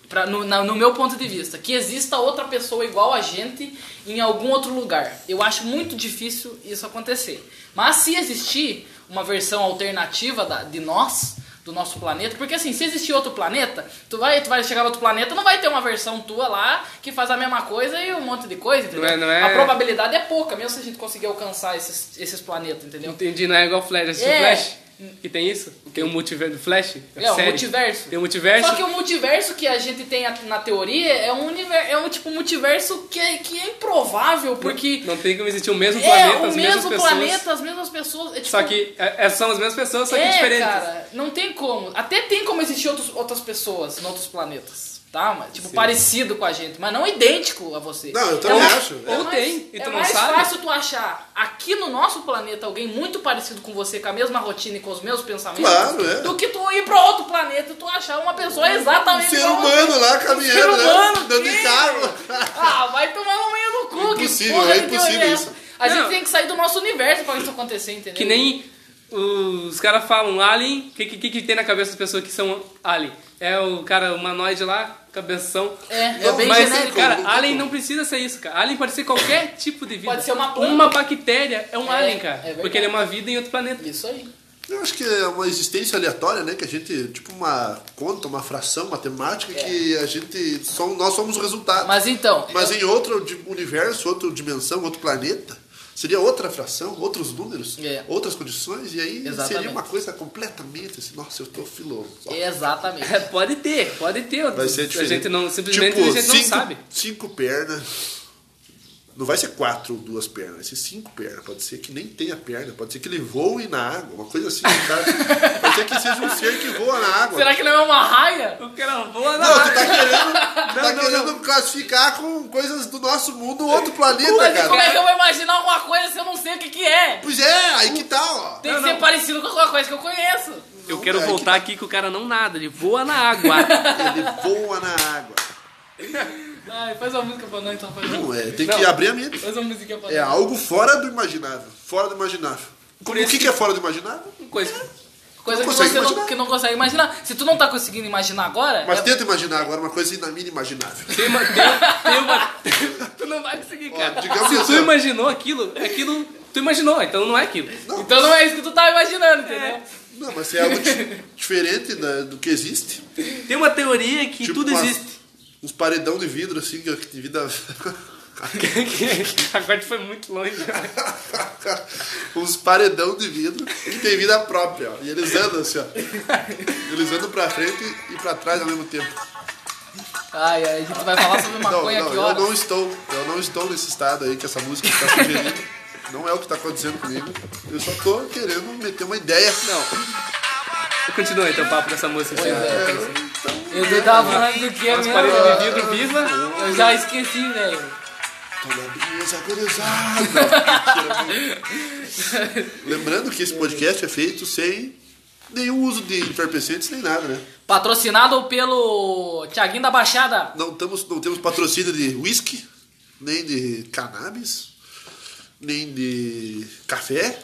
B: pra, no, na- no meu ponto de vista, que exista outra pessoa igual a gente em algum outro lugar. Eu acho muito difícil isso acontecer. Mas se existir uma versão alternativa da- de nós, do nosso planeta, porque assim, se existir outro planeta, tu vai, tu vai chegar no outro planeta, não vai ter uma versão tua lá que faz a mesma coisa e um monte de coisa, entendeu?
A: é- não é-
B: A proba- probabilidade é pouca, mesmo se a gente conseguir alcançar esses, esses planetas, entendeu?
A: Entendi, não é igual Flash. Assistiu
B: É.
A: Flash? Que tem isso? Tem um multiverso do Flash?
B: É, o
A: Série.
B: multiverso.
A: Tem um multiverso.
B: Só que o multiverso que a gente tem a- na teoria é um universo, é um tipo multiverso que, é- que é improvável, porque
A: Não tem como existir o mesmo
B: é
A: planeta,
B: o
A: as mesmas
B: mesmo
A: pessoas.
B: planeta, as mesmas pessoas. É, tipo,
A: Só que é, é- são as mesmas pessoas, só que
B: é,
A: diferentes.
B: cara, não tem como. Até tem como existir outros, outras pessoas em outros planetas, tá? Mas, tipo, parecido com a gente, mas não idêntico a você.
C: Não, eu
A: Ou,
C: também acho.
A: Então, ou tem, e
B: é
A: tu não
B: mais
A: sabe.
B: fácil tu achar aqui no nosso planeta alguém muito parecido com você, com a mesma rotina e com os mesmos pensamentos,
C: Claro, é.
B: do que tu ir pra outro planeta e tu achar uma pessoa exatamente
C: Um Ser
B: igual a você.
C: humano lá
B: né? Um Ser
C: caminhando,
B: humano,
C: né? Dando
B: que-
C: em carro.
B: Ah, vai tomar no meio do cu, que
C: Impossível,
B: porra
C: é
B: de
C: impossível
B: teoria é
C: isso.
B: essa? A gente
A: Não.
B: tem que sair do nosso universo pra isso acontecer, entendeu?
A: Que nem os caras falam um alien, o que, que, que tem na cabeça das pessoas que são alien? É o cara humanoide lá, cabeção.
B: É, é
C: Não,
B: bem
A: Mas,
B: genérico.
A: cara, alien não precisa ser isso, cara. Alien pode ser qualquer tipo de vida.
B: Pode ser uma planta.
A: Uma bactéria é um
B: É,
A: alien,
B: é
A: cara.
B: verdade.
A: porque ele é uma vida em outro planeta.
B: Isso aí.
C: Eu acho que é uma existência aleatória, né? Que a gente, tipo, uma conta, uma fração matemática que a gente. Só, nós somos o resultado.
B: É. Mas
C: Mas,
B: então, eu-
C: em outro di- universo, outra dimensão, outro planeta, seria outra fração, outros números,
B: É.
C: outras condições, e aí
B: Exatamente.
C: seria uma coisa completamente assim, nossa, eu tô filósofo.
B: exatamente.
A: É, pode ter, pode ter.
C: Vai ser diferente. Tipo,
A: A gente não, simplesmente a gente não
C: cinco,
A: sabe.
C: Cinco pernas. Não vai ser quatro ou duas pernas, vai ser cinco pernas. Pode ser que nem tenha perna, pode ser que ele voe na água, uma coisa assim. Cara. pode ser que seja um ser que voa na água.
B: Será que não é uma raia?
A: O cara voa na
C: Não, tu
A: área.
C: tá querendo, tu tá
A: não,
C: querendo classificar com coisas do nosso mundo, outro planeta,
B: Mas
C: cara.
B: como é que eu vou imaginar alguma coisa se eu não sei o que, que é?
C: Pois é, aí que tá, ó.
B: Tem
A: Não,
B: que ser
A: não.
B: parecido com alguma coisa que eu conheço.
A: Eu
C: Não,
A: quero
C: cara,
A: voltar aqui que o cara não nada, ele voa na água.
C: Ele voa na água.
B: Ai, faz uma música pra nós então, faz uma,
C: Não, é, tem
A: Não.
C: que abrir a mente.
B: faz uma musiquinha pra
C: É
B: nós.
C: algo fora do imaginável. Fora do imaginável.
A: Por
C: o
A: isso
C: que, que é fora do imaginável?
A: Coisa.
B: Coisa
C: não
B: que
C: consegue
B: você não,
C: imaginar.
B: que não consegue imaginar. Se tu não tá conseguindo imaginar agora,
C: Mas
B: é-
C: tenta imaginar agora uma coisa ainda inimaginável.
A: Tem uma, tem, tem uma- tu não vai conseguir,
C: Ó,
A: cara.
C: digamos
A: Se tu
C: assim, ó.
A: imaginou aquilo, aquilo. Tu imaginou, então não é aquilo.
B: então não é isso que tu tava imaginando, entendeu?
C: Não, mas é algo di- diferente da- do que existe.
A: Tem uma teoria que tudo
C: uma-
A: existe.
C: Uns paredão de vidro, assim, que de vida.
A: Agora tu foi muito longe.
C: Uns paredão de vidro que tem vida própria, ó. E eles andam assim, ó. Eles andam pra frente e pra trás ao mesmo tempo.
B: Ai, ai, a gente vai falar sobre
C: Não,
B: maconha
C: não,
B: que
C: eu
B: hora.
C: não estou. Eu não estou nesse estado aí que essa música está sugerindo. Não é o que tá acontecendo comigo. Eu só tô querendo meter uma ideia.
A: Não. Continua então o papo dessa música. Assim,
B: Pois
A: ó.
B: é. Eu tava falando do que é
A: As
B: mesmo?
A: paredes de vidro viva.
C: Então-
B: Eu já esqueci, velho.
C: Toda beleza, gurizada. Lembrando que esse podcast é feito sem nenhum uso de entorpecentes nem nada, né?
B: Patrocinado pelo Tiaguinho da Baixada.
C: Não, tamos, não temos patrocínio de whisky, nem de cannabis, nem de café,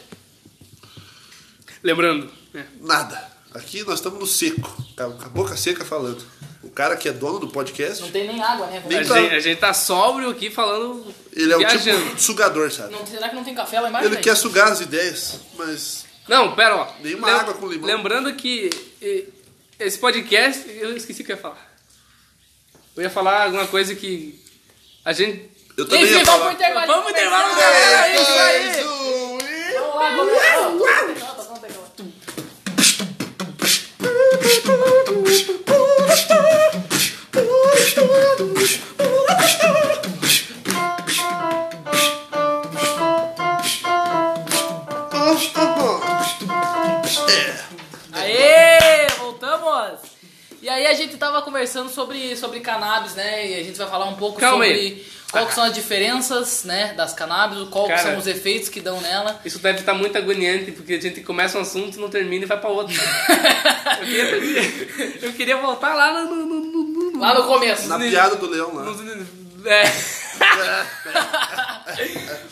A: Lembrando. né?
C: nada. Aqui nós estamos no seco, tá? com a boca seca falando. O cara que é dono do podcast,
B: Não tem nem água, né?
A: A,
C: Nem- Então-
A: gente, a gente tá sóbrio aqui falando.
C: ele é o
A: viajando.
C: tipo sugador, sabe?
B: Não- será que não tem café lá embaixo?
C: Ele
B: velho?
C: quer sugar as ideias, mas
A: Não, pera, ó.
C: Nenhuma água com limão.
A: Lembrando que eh, esse podcast, eu esqueci o que eu ia falar. Eu ia falar alguma coisa que a gente.
C: eu também
B: Enfim,
C: ia
A: tá
B: vamos pro
C: falar.
B: intervalo.
A: Vamos pro intervalo, galera.
C: Três,
A: É isso aí.
C: dois, um, e-
B: Vamos lá, galera. Aê, voltamos! E aí a gente tava conversando sobre, sobre cannabis, né? E a gente vai falar um pouco
A: Calma
B: sobre
A: aí.
B: qual que são as diferenças, né, das cannabis, qual que
A: Cara.
B: são os efeitos que dão nela.
A: Isso deve estar muito agoniante, porque a gente começa um assunto, não termina e vai pra outro. eu, queria, eu queria voltar lá no. no- no- no- no-
B: Lá no começo.
C: Na piada do leão lá.
A: no- é.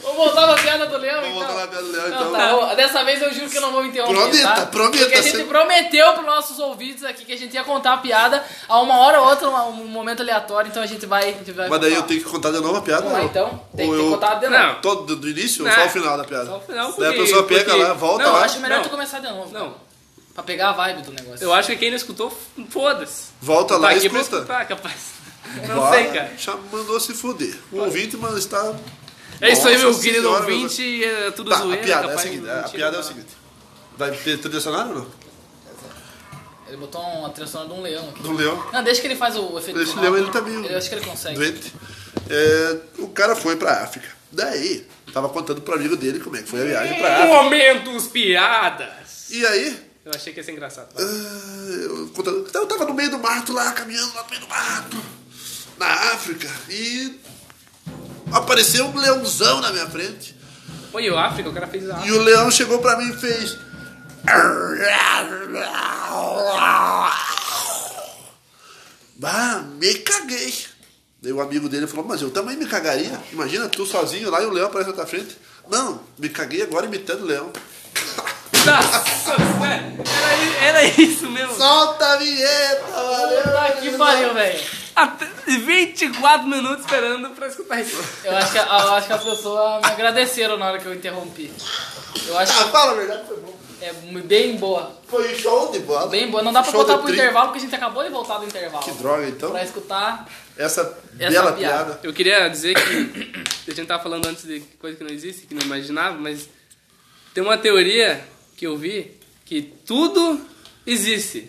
B: Vou voltar na piada do Leão,
C: Vamos
B: então.
C: voltar na piada do leão
B: Então
C: então.
B: tá, eu- dessa vez eu juro que eu não vou me interromper,
C: Prometa,
B: tá?
C: prometa,
B: Porque a gente
C: você-
B: prometeu pros nossos ouvintes aqui que a gente ia contar a piada a uma hora ou outra, uma- um momento aleatório, então a gente vai... A gente vai
C: Mas daí eu
B: contar.
C: tenho que contar de novo a piada?
B: Vamos
A: Tá,
B: lá,
C: não?
B: então. Tem
C: Ou
B: que
C: eu-
B: contar de novo.
A: Não.
C: Todo do, do início ou
A: Não.
C: só o final da piada?
A: Né. Só o final,
C: Daí
A: porque-
C: a pessoa pega
A: porque-
C: lá, volta
A: Não,
B: Eu
C: lá.
B: acho melhor
A: Não.
B: tu começar de novo.
A: Não,
B: Pra pegar a vibe do negócio.
A: eu acho que quem não escutou, foda-se.
C: Volta lá
A: tá
C: e
A: aqui pra
C: escuta.
A: escutar, capaz. Não
C: Bora.
A: sei, cara.
C: Já mandou se fuder. O ouvinte, mano, está.
A: É isso aí, meu
C: Nossa
A: querido
C: senhora,
A: ouvinte. É tudo
C: Tá, a
A: zoeira.
C: piada é a
A: capaz,
C: seguinte. A
A: mentira,
C: piada é o
A: tá.
C: seguinte. Vai ter trilha sonora ou não?
B: Ele botou uma trilha sonora de um leão aqui.
C: Do leão.
B: Não, deixa que ele faz o efeito
C: Esse
B: sonoro.
C: leão, ele tá meio-
B: Eu acho que ele consegue.
C: Doente. É, o cara foi pra África. Daí, tava contando pro amigo dele como é que foi a viagem pra África.
A: Momentos piadas.
C: E aí,
A: Eu achei que ia ser engraçado.
C: Ah, eu, conta- então, eu tava no meio do mato lá, caminhando lá no meio do mato, na África, e apareceu um leãozão na minha frente.
A: Oi, o África, o cara fez a
C: E
A: África.
C: o leão chegou pra mim e fez. Bah, me caguei. Daí o amigo dele falou, mas eu também me cagaria. Imagina tu sozinho lá e o leão aparece na tua frente. Não, me caguei agora imitando o leão.
A: Nossa, era, era isso mesmo.
C: Solta a vinheta, valeu!
B: Puta que pariu, Tá velho.
A: Até 24 minutos esperando pra escutar isso.
B: Eu acho que, eu acho que as pessoas me agradeceram na hora que eu interrompi. Eu acho
C: Ah, fala a verdade, foi bom.
B: que é bem boa.
C: Foi show de bola.
B: Bem boa. Não dá pra
C: Show
B: voltar
C: de
B: pro
C: tri-
B: intervalo, porque a gente acabou de voltar do intervalo.
C: Que droga, então.
B: Pra escutar.
C: Essa, bela
B: piada.
C: piada.
A: Eu queria dizer que a gente tava falando antes de coisa que não existe, que não imaginava, mas tem uma teoria que eu vi que tudo existe.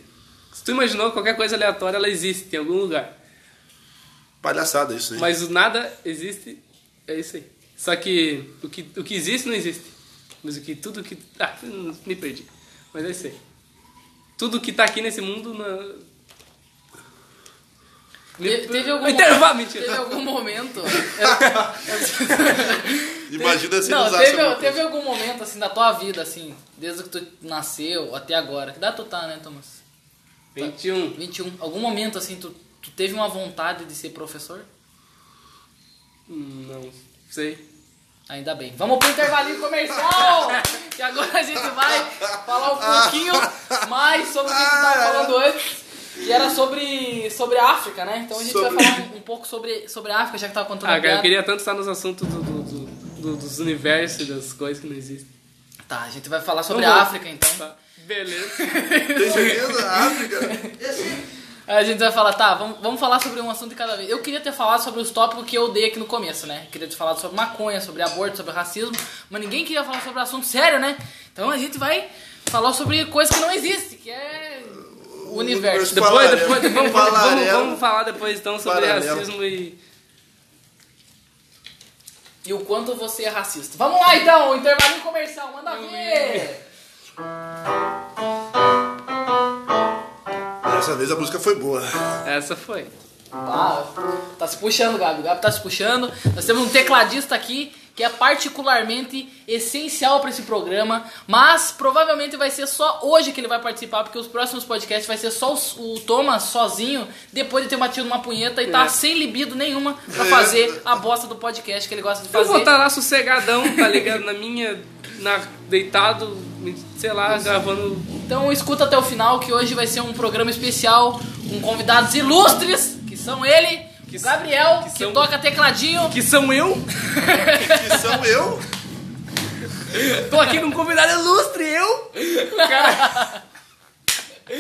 A: Se tu imaginou qualquer coisa aleatória, ela existe em algum lugar.
C: Palhaçada isso aí.
A: Mas o nada existe, é isso aí. Só que o que, o que existe não existe. Mas o que tudo que. Ah, hum, me perdi. Mas é isso aí. Tudo que tá aqui nesse mundo. Na...
B: Te- teve algum
A: Intervalo,
B: momento-
A: mentira.
B: Teve algum momento.
C: Imagina se ele
B: não,
C: usasse
B: teve,
C: alguma
B: teve algum momento assim da tua vida, assim, desde que tu nasceu até agora. Que idade tu tá, né, Thomas?
A: 21.
B: 21. Algum momento assim, tu, tu teve uma vontade de ser professor?
A: Hum, Não sei.
B: Ainda bem. Vamos pro intervalinho comercial! que agora a gente vai falar um pouquinho mais sobre o que a gente tava falando antes. Que era sobre, sobre a África, né? Então a gente vai
C: Sobre-
B: falar um, um pouco sobre, sobre a África, já que tava contando
A: Ah,
B: a
A: cara, eu
B: piada.
A: queria tanto estar nos assuntos do, do- do- do- dos universos e das coisas que não existem.
B: Tá, a gente vai falar sobre
A: Vamos.
B: a África então.
A: Tá. Beleza.
C: Tem certeza? A África?
B: A gente vai falar, tá, vamos, vamos falar sobre um assunto de cada vez. Eu queria ter falado sobre os tópicos que eu dei aqui no começo, né? Queria ter falado sobre maconha, sobre aborto, sobre racismo, mas ninguém queria falar sobre assunto sério, né? Então a gente vai falar sobre coisa que não existe, que é o universo.
C: universo.
A: Depois,
C: Falaremos.
A: depois, vamos, vamos, vamos,
C: Falaremos.
A: vamos falar depois então sobre
C: Falaremos.
A: racismo e.
B: E o quanto você é racista. Vamos lá então, intervalinho comercial, manda ver!
C: Dessa vez a música foi boa.
A: Essa foi.
B: Ah, tá se puxando, Gabi. O Gabi tá se puxando. Nós temos um tecladista aqui que é particularmente essencial pra esse programa, mas provavelmente vai ser só hoje que ele vai participar, porque os próximos podcasts vai ser só os- o Thomas sozinho, depois de ter batido uma punheta e tá
A: É.
B: sem libido nenhuma pra fazer a bosta do podcast que ele gosta de
A: Eu vou tá
B: fazer.
A: estar lá sossegadão, tá ligado? Na minha. Na, deitado, sei lá, gravando.
B: Então escuta até o final que hoje vai ser um programa especial com convidados ilustres, que são ele,
A: Que
B: o
A: s-
B: Gabriel,
A: que
B: que,
A: são-
B: toca tecladinho.
A: Que são eu?
C: Que são eu?
A: Tô aqui com um convidado ilustre, eu? Cara,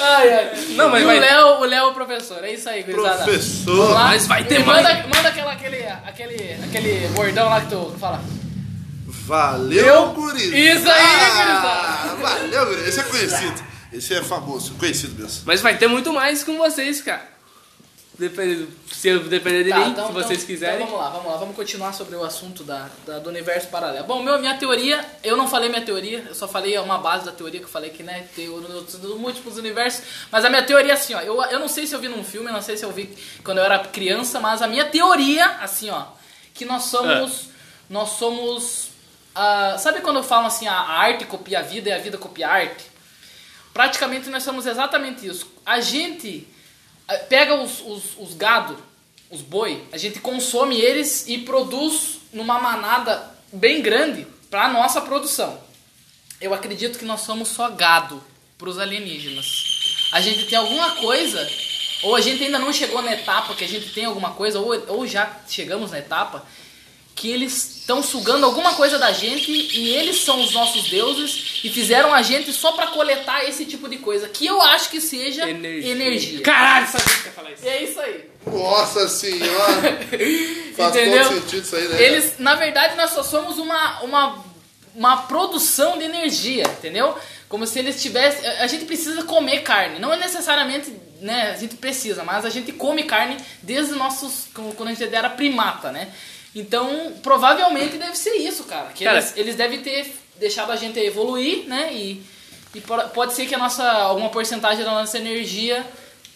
B: Ai, ai.
A: Não, mas
B: e
A: vai-
B: o Léo, o Léo é o professor. É isso aí, gurizada.
C: Professor.
B: Lá-
A: Mas vai ter
B: manda,
A: mais.
B: Manda aquela, aquele, aquele, aquele bordão lá que tu fala.
C: Valeu,
B: Eu-
C: gurizada.
B: Isso aí,
C: Ah, Valeu, gurizada. Esse é conhecido. Esse é famoso, conhecido mesmo.
A: Mas vai ter muito mais com vocês, cara. Depende, se eu depender de
B: Tá,
A: mim,
B: então-
A: se vocês
B: então-
A: quiserem.
B: então vamos lá, vamos lá. Vamos continuar sobre o assunto da, da- do universo paralelo. Bom, meu, minha teoria, eu não falei minha teoria, eu só falei uma base da teoria que eu falei que, né, tem o- no- no- múltiplos universos. Mas a minha teoria, assim, ó, eu, eu não sei se eu vi num filme, eu não sei se eu vi quando eu era criança, mas a minha teoria, assim, ó, que nós somos.
A: É.
B: Nós somos. ah, sabe quando eu falo assim, a a arte copia a vida e a vida copia a arte? Praticamente nós somos exatamente isso. A gente eh, pega os, os, os gado, os boi, a gente consome eles e produz numa manada bem grande para nossa produção. Eu acredito que nós somos só gado para os alienígenas. A gente tem alguma coisa, ou a gente ainda não chegou na etapa que a gente tem alguma coisa, ou, ou já chegamos na etapa que eles estão sugando alguma coisa da gente e eles são os nossos deuses e fizeram a gente só para coletar esse tipo de coisa que eu acho que seja energia.
A: Caralho, sabia que eu ia falar isso.
B: É isso aí.
C: Nossa senhora. Faz
B: Entendeu?
C: todo sentido isso aí, né?
B: Eles, na verdade, nós só somos uma, uma, uma produção de energia, entendeu? Como se eles tivessem. A a gente precisa comer carne. Não é necessariamente, né? A gente precisa, mas a gente come carne desde nossos. Quando a gente era primata, né? Então, provavelmente deve ser isso, cara. Que
A: Cara,
B: eles, eles devem ter deixado a gente evoluir, né? E, e po- pode ser que a nossa, alguma porcentagem da nossa energia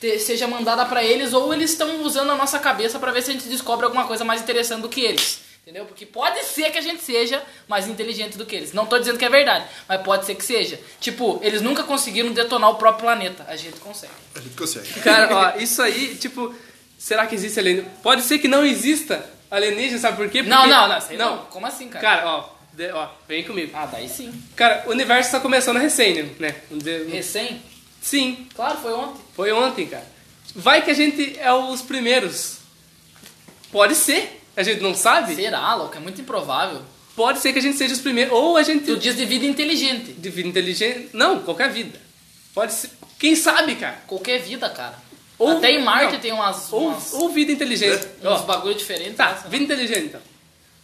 B: te- seja mandada pra eles ou eles estão usando a nossa cabeça pra ver se a gente descobre alguma coisa mais interessante do que eles. Entendeu? Porque pode ser que a gente seja mais inteligente do que eles. Não tô dizendo que é verdade, mas pode ser que seja. Tipo, eles nunca conseguiram detonar o próprio planeta. A gente consegue.
C: A gente consegue.
A: Cara, ó, isso aí, tipo, será que existe alienígena? Pode ser que não exista alienígena, sabe por quê?
B: Não,
A: Porque-
B: não, não, sei não. Como assim, cara?
A: Cara, ó, De- ó, vem comigo.
B: Ah, daí sim.
A: Cara, o universo tá começando recém, né? De-
B: Recém?
A: Sim,
B: Claro, foi ontem.
A: foi ontem, cara. Vai que a gente é os primeiros. Pode ser. A gente não sabe.
B: Será, louco? É muito improvável.
A: Pode ser que a gente seja os primeiros. Ou a gente.
B: Tu diz de vida inteligente.
A: De vida inteligente. Não, qualquer vida. Pode ser. Quem sabe, cara?
B: Qualquer vida, cara.
A: Ou-
B: Até em Marte
A: não.
B: tem umas,
A: Ou,
B: umas- É.
A: ou vida inteligente.
B: uns
A: Ó,
B: bagulho diferente. né?
A: tá,
B: nossa.
A: vida inteligente então.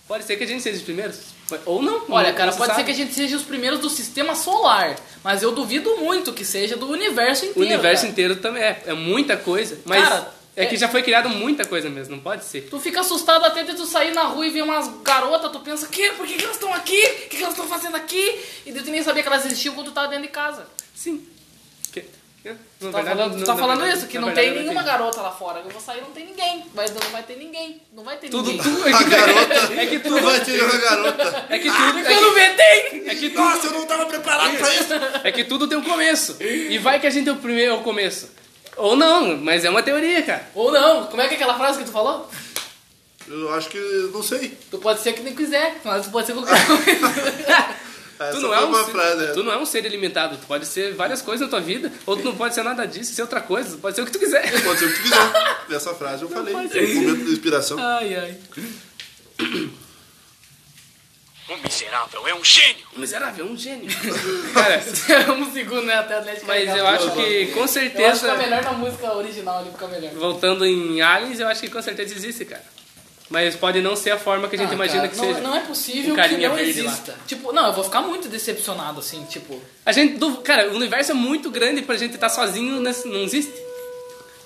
A: Pode ser que a gente seja os primeiros. Ou não.
B: Olha,
A: não
B: cara,
A: se
B: pode
A: Hum, sabe.
B: ser que a gente seja os primeiros do sistema solar, mas eu duvido muito que seja do universo
A: O
B: inteiro.
A: universo
B: cara.
A: inteiro também é. É muita coisa. Mas
B: Cara,
A: é que
B: é-
A: já foi criado muita coisa mesmo, não pode ser.
B: Tu fica assustado até de tu sair na rua e ver umas garotas, tu pensa, que? Por que, que elas estão aqui? O que, que elas estão fazendo aqui? E tu nem sabia que elas existiam quando tu tava dentro de casa.
A: Sim. Que- que- na
B: Tu tá
A: verdade,
B: falando, tu
A: na-
B: tá
A: na
B: falando
A: verdade-
B: isso, que
A: na
B: não
A: verdade,
B: tem
A: não
B: nenhuma garota lá fora. Eu vou sair não tem ninguém. Mas não vai ter ninguém. Não vai ter
A: Tudo
B: ninguém.
A: tu. É que,
C: garota.
A: é que tu.
C: Tu vai tirar a garota.
A: É que tudo. É
B: Eu não vetei!
A: que, é que tudo.
C: Nossa, eu não tava preparado pra isso.
A: É que tudo tem um começo. E vai que a gente é o primeiro ao começo. Ou não, mas é uma teoria, cara.
B: Ou não, como é que é aquela frase que tu falou?
C: Eu acho que. Não sei.
B: Tu pode ser que nem quiser, mas tu pode ser qualquer coisa.
C: Essa
A: Tu não,
C: foi
A: é
C: uma
A: um
C: frase.
A: ser,
C: né?
A: tu não é um ser ilimitado. Tu pode ser várias coisas na tua vida, ou tu não pode ser nada disso, ser outra coisa. Pode ser o que tu quiser.
C: Pode ser o que tu quiser. Essa frase eu falei. Foi um momento de inspiração.
A: Ai, ai.
D: O miserável é um gênio.
A: O miserável é um gênio. cara,
B: um segundo, né? Até a Atlético.
A: mas
B: carregar.
A: eu acho que com
B: Eu acho que
A: certeza.
B: fica melhor na música original ali, fica melhor.
A: voltando em aliens, eu acho que com certeza existe, cara. Mas pode não ser a forma que a gente
B: Ah,
A: imagina
B: cara,
A: que
B: não,
A: seja.
B: Não é possível
A: Um
B: que
A: carinha
B: não
A: verde lá.
B: exista. Tipo, não, eu vou ficar muito decepcionado, assim, tipo...
A: A gente, du- cara, o universo é muito grande pra gente estar sozinho, nesse- não existe.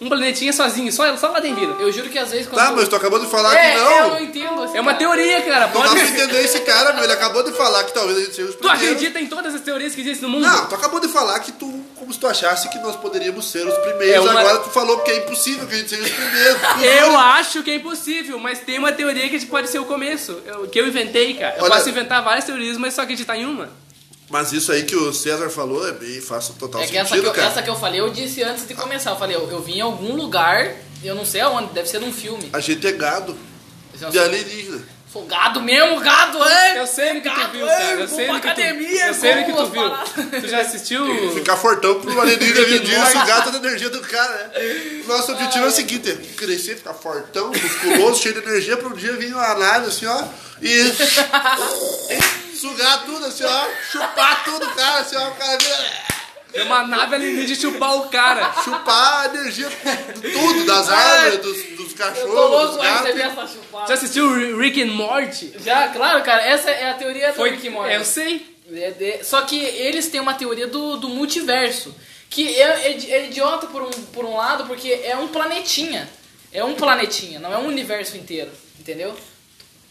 A: Um planetinha sozinho, só, só lá tem vida.
B: Eu juro que às vezes quando...
C: Tá,
B: eu-
C: mas tu acabou de falar
B: é,
C: que
B: eu não
C: não.
B: entendo, assim,
A: É uma
B: cara.
A: teoria, cara.
C: Não dá pra
A: Pode...
C: entender esse cara, meu. Ele acabou de falar que talvez a gente seja os
A: Tu
C: primeiros.
A: acredita em todas as teorias que existem no mundo?
C: Não, tu acabou de falar que tu, como se tu achasse que nós poderíamos ser os primeiros.
A: É uma-
C: Agora tu falou que é impossível que a gente seja os primeiros.
A: Eu acho que é impossível, mas tem uma teoria que pode ser o começo. eu- que eu inventei, cara. Eu
C: Olha-
A: posso inventar várias teorias, mas só acreditar tá em uma.
C: Mas isso aí que o César falou é bem, faz total
B: É que essa,
C: sentido,
B: que eu,
C: cara.
B: essa que eu falei, eu disse antes de começar. Eu falei, eu, eu vim em algum lugar, eu não sei aonde, deve ser num filme.
C: A gente é gado
B: Eu
C: de
B: sou,
C: alienígena.
B: sou gado mesmo, gado, é!
A: Eu sei o que tu
B: Obrigado,
A: viu, cara. Eu
B: hein?
A: sei
B: Vou
A: o que
B: pra
A: tu,
B: academia,
A: eu sei o que tu
B: vamos
A: viu.
B: falar.
A: Tu já assistiu...
C: Ficar fortão pro alienígena vir disso
A: Enorme.
C: e gasta da energia do cara, né? Nosso objetivo é o seguinte, é crescer, ficar fortão, musculoso, cheio de energia, pra um dia vir uma nave assim, ó, e sugar tudo assim, ó, chupar tudo, cara, assim, ó, o cara vira,
A: É uma nave alienígena de chupar o cara.
C: chupar a energia de tudo, das árvores, dos, dos
B: Eu tô
C: cachorros,
B: louco
C: dos
B: pra receber
C: gatos.
B: essa chupada.
A: Já assistiu o Rick and Morty?
B: Já, claro, cara, essa é a teoria do Rick and Morty.
A: Eu sei.
B: É de- Só que eles têm uma teoria do, do multiverso. Que é, é di- é idiota por um, por um lado, porque é um planetinha. É um planetinha, não é um universo inteiro, entendeu?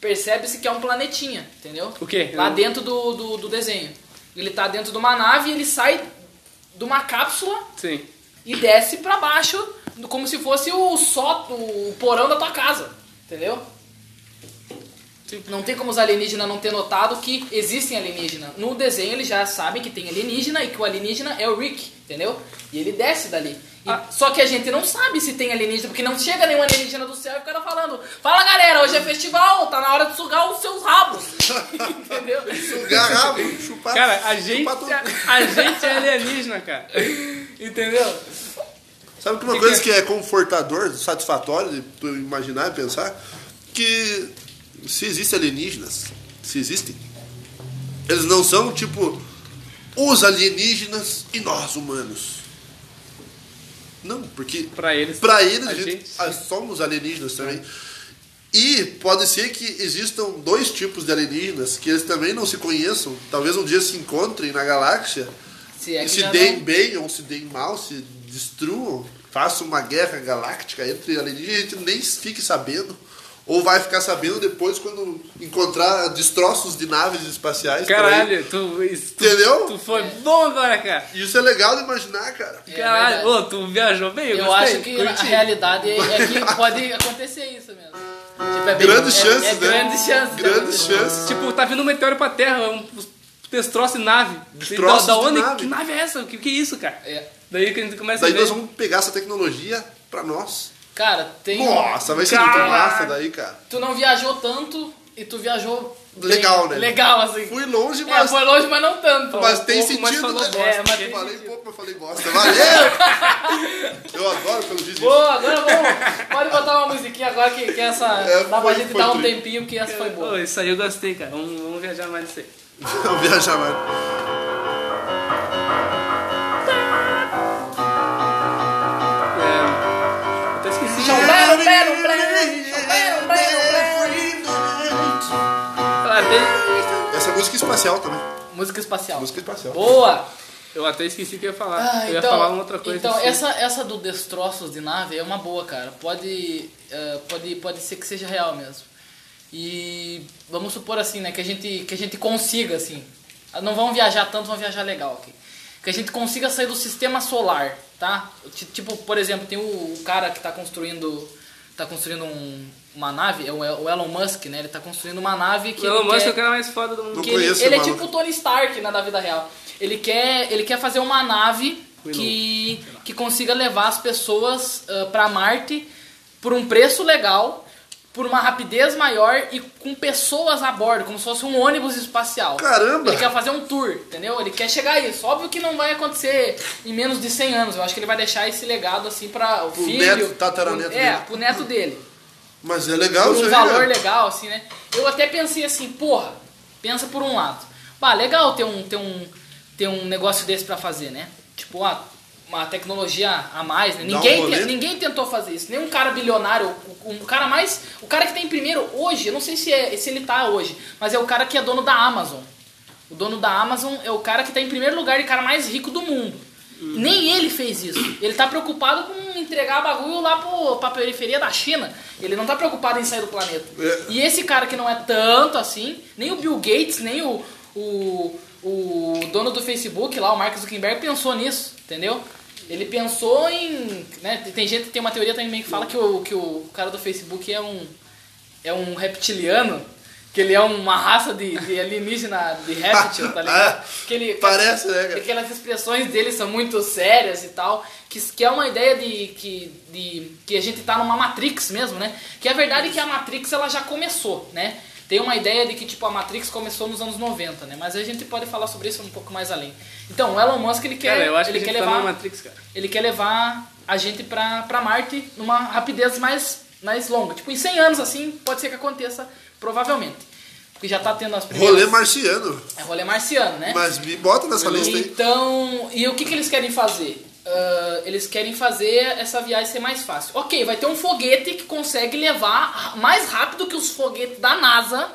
B: Percebe-se que é um planetinha, entendeu?
A: O quê?
B: Lá
A: Eu-
B: dentro do, do, do desenho. Ele tá dentro de uma nave e ele sai de uma cápsula
A: Sim.
B: e desce pra baixo, como se fosse o só o porão da tua casa, entendeu? Não tem como os alienígenas não ter notado que existem alienígenas. No desenho eles já sabem que tem alienígena e que o alienígena é o Rick, entendeu? E ele desce dali. E-
A: Ah.
B: Só que a gente não sabe se tem alienígena, porque não chega nenhum alienígena do céu e o cara falando: Fala galera, hoje é festival, tá na hora de sugar os seus rabos. entendeu?
C: Sugar rabo, chupar,
A: Cara, a gente,
C: chupar tudo.
A: a gente é alienígena, cara.
B: Entendeu?
C: Sabe que uma coisa que é confortador, satisfatório de tu imaginar e pensar? Que se existem alienígenas, se existem, eles não são tipo os alienígenas e nós humanos. Não, porque
A: Pra eles.
C: pra eles
A: a
C: a gente,
A: gente-
C: ah, somos alienígenas também. E pode ser que existam dois tipos de alienígenas que eles também não se conheçam, talvez um dia se encontrem na galáxia
B: Se é que
C: se
B: já
C: deem
B: não-
C: bem ou se deem mal, se destruam, façam uma guerra galáctica entre alienígenas e a gente nem fique sabendo. Ou vai ficar sabendo depois quando encontrar destroços de naves espaciais. por aí.
A: Caralho, tu, isso- tu,
C: Entendeu?
A: tu foi bom agora, cara.
C: Isso é legal de imaginar, cara.
B: É
A: Caralho,
B: verdade.
A: ô, tu viajou bem,
B: Eu
A: gostei,
B: acho que a
A: curti.
B: realidade é, é que pode acontecer isso mesmo. Tipo, é bem-
C: Grandes
B: é-
C: chances,
B: é
C: né?
B: Grandes chances.
C: Grandes chances.
A: Tipo, tá vindo um meteoro pra Terra, um destroço de nave.
C: Destroços
A: da, da
C: de
A: onde?
C: nave.
A: Que nave é essa? O que, que é isso, cara?
B: É.
A: Daí que a gente começa
C: Daí
A: a ver.
C: nós vamos pegar essa tecnologia pra nós.
B: Cara, tem.
C: Nossa, vai ser muito
A: Caraca.
C: massa daí, cara.
B: Tu não viajou tanto e tu viajou
C: legal, né?
B: Legal, assim.
C: Fui longe,
B: É,
C: mas,
B: foi longe, mas não tanto.
C: mas
A: um
C: tem
A: pouco, mas
C: sentido,
A: falou
C: né?
A: bosta.
B: É, mas tem
C: falei
B: sentido.
C: pouco, mas falei bosta. Valeu! Eu adoro quando diz
B: Pô,
C: isso.
B: agora vamos. Pode botar uma musiquinha agora que, que essa. dá
C: É,
B: pra
C: foi-
B: gente
C: foi
B: dar um
C: tri.
B: tempinho que essa foi
A: Ô,
B: boa.
A: isso aí eu gostei, cara. Vamos, vamos viajar mais nisso aí.
C: Não viajar mais.
A: É... Até esqueci.
B: Chopero, pero, pero, chopero, pero,
A: Ah, até-
C: Essa é música espacial também.
B: pero. Música espacial.
C: Música espacial.
B: Boa!
A: Eu até esqueci que eu ia falar.
B: Ah,
A: eu ia
B: então,
A: falar uma outra coisa.
B: Então,
A: assim.
B: essa, essa do destroços de nave é uma boa, cara. Pode, eh, pode, pode ser que seja real mesmo. E vamos supor assim, né? Que a gente, que a gente consiga, assim. Ah, Não vão viajar tanto, vão viajar legal aqui. Que a gente consiga sair do sistema solar, tá? Ti- Tipo, por exemplo, tem o, o cara que tá construindo. Tá construindo um- uma nave, é o, El- o Elon Musk, né? Ele tá construindo uma nave que.
A: O Elon
B: ele
A: Musk é
B: quer-
A: o cara mais foda do mundo.
C: Não
B: que ele,
C: conheço,
B: ele é
C: maluco.
B: tipo o Tony Stark né, na vida real. Ele quer, ele quer fazer uma nave que, que consiga levar as pessoas ah, pra Marte por um preço legal, por uma rapidez maior e com pessoas a bordo, como se fosse um ônibus espacial.
C: Caramba!
B: Ele quer fazer um tour, entendeu? Ele quer chegar a isso. Óbvio que não vai acontecer em menos de 100 anos. Eu acho que ele vai deixar esse legado assim para o filho.
C: neto, tataraneto
B: pro- é,
C: dele.
B: pro neto dele
C: Mas é legal isso
B: um
C: aí,
B: valor
C: né?
B: legal, assim, né? Eu até pensei assim, porra, pensa por um lado. Bah, legal ter um, ter um, ter um negócio desse pra fazer, né? Tipo, ah, uma tecnologia a mais, né?
C: Dá um
B: Ninguém,
C: rolê.
B: te- ninguém tentou fazer isso. Nenhum cara bilionário, o, o cara mais. O cara que tem primeiro hoje, eu não sei se, é, se ele tá hoje, mas é o cara que é dono da Amazon. O dono da Amazon é o cara que tá em primeiro lugar de cara mais rico do mundo. Nem ele fez isso. Ele tá preocupado com entregar bagulho lá pro, pra periferia da China. Ele não tá preocupado em sair do planeta.
C: É.
B: E esse cara que não é tanto assim, nem o Bill Gates, nem o, o, o dono do Facebook lá, o Mark Zuckerberg, pensou nisso, entendeu? Ele pensou em. Né, tem gente, tem uma teoria também que fala que o, que o cara do Facebook é um. é um reptiliano. Que ele é uma raça de, de alienígena de réptil, tá ligado? Que ele,
C: Ah, Parece, né, cara?
B: que aquelas expressões dele são muito sérias e tal, que, que é uma ideia de que, de que a gente tá numa Matrix mesmo, né? Que a verdade é que a Matrix ela já começou, né? Tem uma ideia de que tipo a Matrix começou nos anos 90, né? Mas a gente pode falar sobre isso um pouco mais além. Então, o Elon Musk ele quer
A: Cara, eu acho
B: ele
A: que a
B: quer
A: gente tá
B: levar
A: na Matrix, cara.
B: ele quer levar a gente pra, pra Marte numa rapidez mais mais longa. Tipo, em 100 anos assim, pode ser que aconteça, provavelmente. Porque já tá tendo as primeiras
C: Rolê marciano.
B: é rolê marciano, né?
C: Mas me bota nessa lista aí.
B: Então, e o que, que eles querem fazer? Ah, eles querem fazer essa viagem ser mais fácil. Ok, vai ter um foguete que consegue levar mais rápido que os foguetes da NASA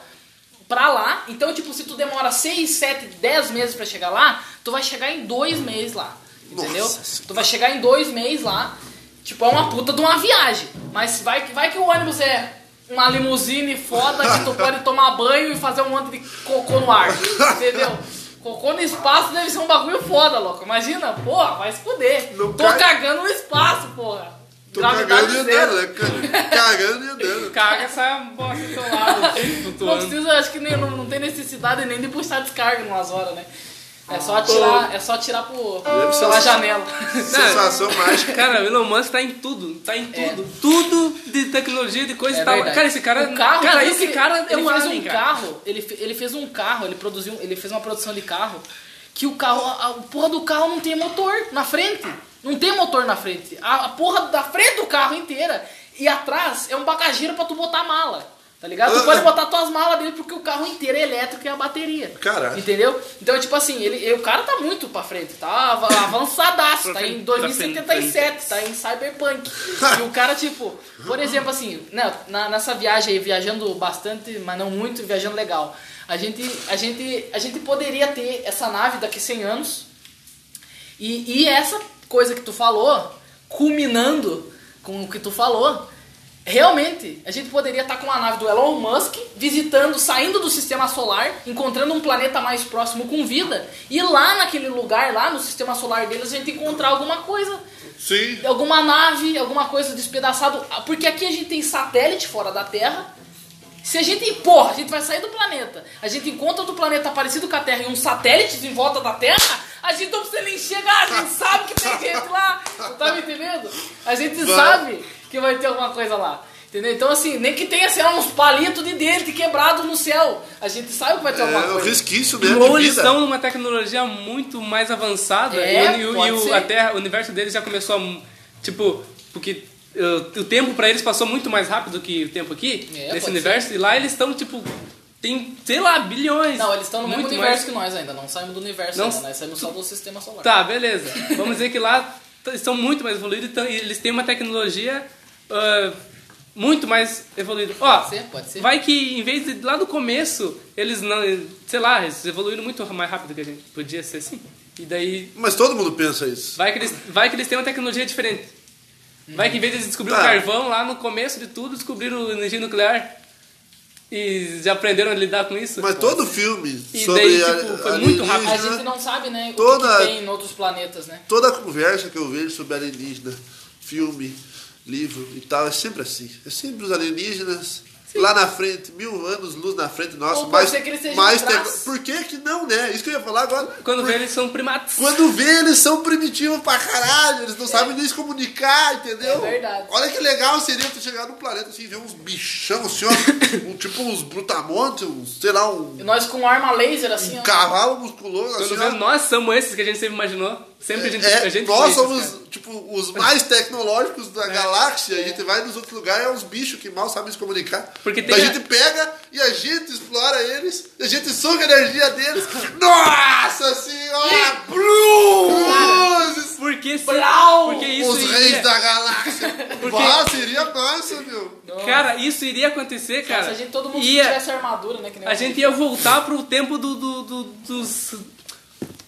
B: pra lá. Então, tipo, se tu demora 6, 7, 10 meses pra chegar lá, tu vai chegar em dois meses lá. Entendeu?
C: Nossa Senhora.
B: Tu vai chegar em dois meses lá. Tipo, é uma puta de uma viagem. Mas vai, que- vai que o ônibus é uma limusine foda que tu pode tomar banho e fazer um monte de cocô no ar. Entendeu? Cocô no espaço deve ser um bagulho foda, louco. Imagina, porra, vai se fuder.
C: Não
B: Tô
C: cai-
B: cagando no espaço, porra.
C: Tô
B: Gravidade
C: cagando e
B: zero.
C: andando, né? cara? Cagando e andando.
A: Caga essa bosta do teu lado,
B: Não
A: flutuando.
B: precisa, acho que nem, não, não tem necessidade nem de puxar descarga umas horas, né? É só atirar, é só atirar pro,
C: Ah, Deve ser
B: pela
C: assim.
B: janela.
C: Sensação mágica.
A: Cara, o Elon Musk tá em tudo, tá em
B: É.
A: tudo. Tudo de tecnologia, de coisa
B: É
A: e tal.
B: verdade.
A: Cara, esse cara.
B: O carro,
A: cara,
B: viu
A: esse
B: que
A: cara é
B: ele
A: um
B: fez
A: alien,
B: um
A: cara.
B: carro, ele, fe- ele fez um carro, ele produziu, ele fez uma produção de carro que o carro, a, a porra do carro não tem motor na frente. Não tem motor na frente. A, a porra da frente do carro inteira e atrás é um bagageiro pra tu botar mala. Tá ligado? Tu
C: Ah.
B: pode botar tuas malas dentro porque o carro inteiro é elétrico e a bateria.
C: Caralho.
B: Entendeu? Então, tipo assim, ele, ele- o cara tá muito pra frente, tá av- avançadaço, tá em
A: Pra frente, pra
B: 2077. 2077, tá em Cyberpunk. e o cara, tipo, por exemplo, assim, né, na, nessa viagem aí, viajando bastante, mas não muito, viajando legal. A gente, a gente, a gente poderia ter essa nave daqui 100 anos. E, e essa coisa que tu falou, culminando com o que tu falou, realmente a gente poderia estar com a nave do Elon Musk visitando, saindo do sistema solar, encontrando um planeta mais próximo com vida, e lá naquele lugar, lá no sistema solar deles, a gente encontrar alguma coisa
C: Sim.
B: alguma nave, alguma coisa despedaçada. Porque aqui a gente tem satélite fora da Terra. Se a gente, porra, a gente vai sair do planeta. A gente encontra outro planeta parecido com a Terra e um satélite em volta da Terra. A gente não precisa nem chegar, a gente sabe que tem gente lá. Você tá me entendendo? A gente
C: Vai.
B: sabe que vai ter alguma coisa lá. Entendeu? Então, assim, nem que tenha, sei lá, uns palitos de dente quebrado no céu. A gente sabe que vai ter alguma
C: É um
B: coisa.
C: resquício mesmo.
A: Ou
C: de
A: eles
C: vida.
A: estão numa tecnologia muito mais avançada e,
B: É,
A: o- e o-
B: pode
A: e o,
B: ser.
A: a Terra, o universo deles já começou a. mu- Tipo, porque uh, o tempo pra eles passou muito mais rápido que o tempo aqui,
B: É,
A: nesse
B: pode
A: universo, e lá eles estão, tipo, tem, sei lá, bilhões.
B: Não, eles estão no mesmo
A: muito
B: universo
A: mais.
B: que nós ainda, não saímos do universo
A: Não-
B: ainda, nós saímos só do sistema solar.
A: Tá, beleza. Vamos dizer que lá t- estão muito mais evoluídos e tão- e eles têm uma tecnologia ah, muito mais evoluída. Ó,
B: Pode ser, pode ser.
A: vai que em vez de lá do começo, eles não. Sei lá, eles evoluíram muito mais rápido que a gente. Podia ser assim. E daí.
C: Mas todo mundo pensa isso.
A: Vai que eles, vai que eles têm uma tecnologia diferente. Vai que em vez de eles descobrirem
C: Tá.
A: o carvão lá no começo de tudo, descobriram energia nuclear. E já aprenderam a lidar com isso.
C: Mas todo filme
A: E
C: sobre
A: daí,
C: a-
A: tipo, foi muito
C: alienígena,
A: rápido.
B: A gente não sabe, né, o
C: Toda-
B: que que tem em outros planetas, né?
C: Toda a conversa que eu vejo sobre alienígena, filme, livro e tal, é sempre assim. É sempre os alienígenas lá na frente, mil anos, luz na frente, nossa,
B: Ou pode
C: mas.
B: ser que eles sejam
C: mas
B: atrás.
C: tem- Por que que não, né? Isso que eu ia falar agora.
A: Quando
C: Por-
A: vê, eles são primatas.
C: Quando vê, eles são primitivos pra caralho, eles não sabem nem se comunicar, entendeu?
B: É verdade.
C: Olha que legal seria tu chegar num planeta assim, ver uns bichão assim, ó, um, tipo uns brutamontes, uns, sei lá, um
B: E nós com arma laser, assim, ó.
C: cavalo musculoso, assim,
A: Quando
C: ó.
A: vê, nós somos esses que a gente sempre imaginou. Sempre a gente.
C: É,
A: a gente foi
C: nós
A: esses,
C: somos,
A: cara. É,
C: tipo, os mais tecnológicos da galáxia. A gente vai nos outros lugares, é uns bichos que mal sabem se comunicar. Então
A: Porque tem
C: a
A: a-
C: gente pega e a gente explora eles, a gente suga a energia deles. Nossa senhora! Bruce!
A: Porque se,
B: Brau!
A: porque isso
C: Os
A: iria,
C: reis da galáxia. Nossa, seria massa, meu.
A: Cara, isso iria acontecer, cara.
B: Se a gente, todo mundo
A: ia,
B: tivesse armadura, né? Que nem
A: a
B: o-
A: gente ia voltar pro tempo do, do, do- dos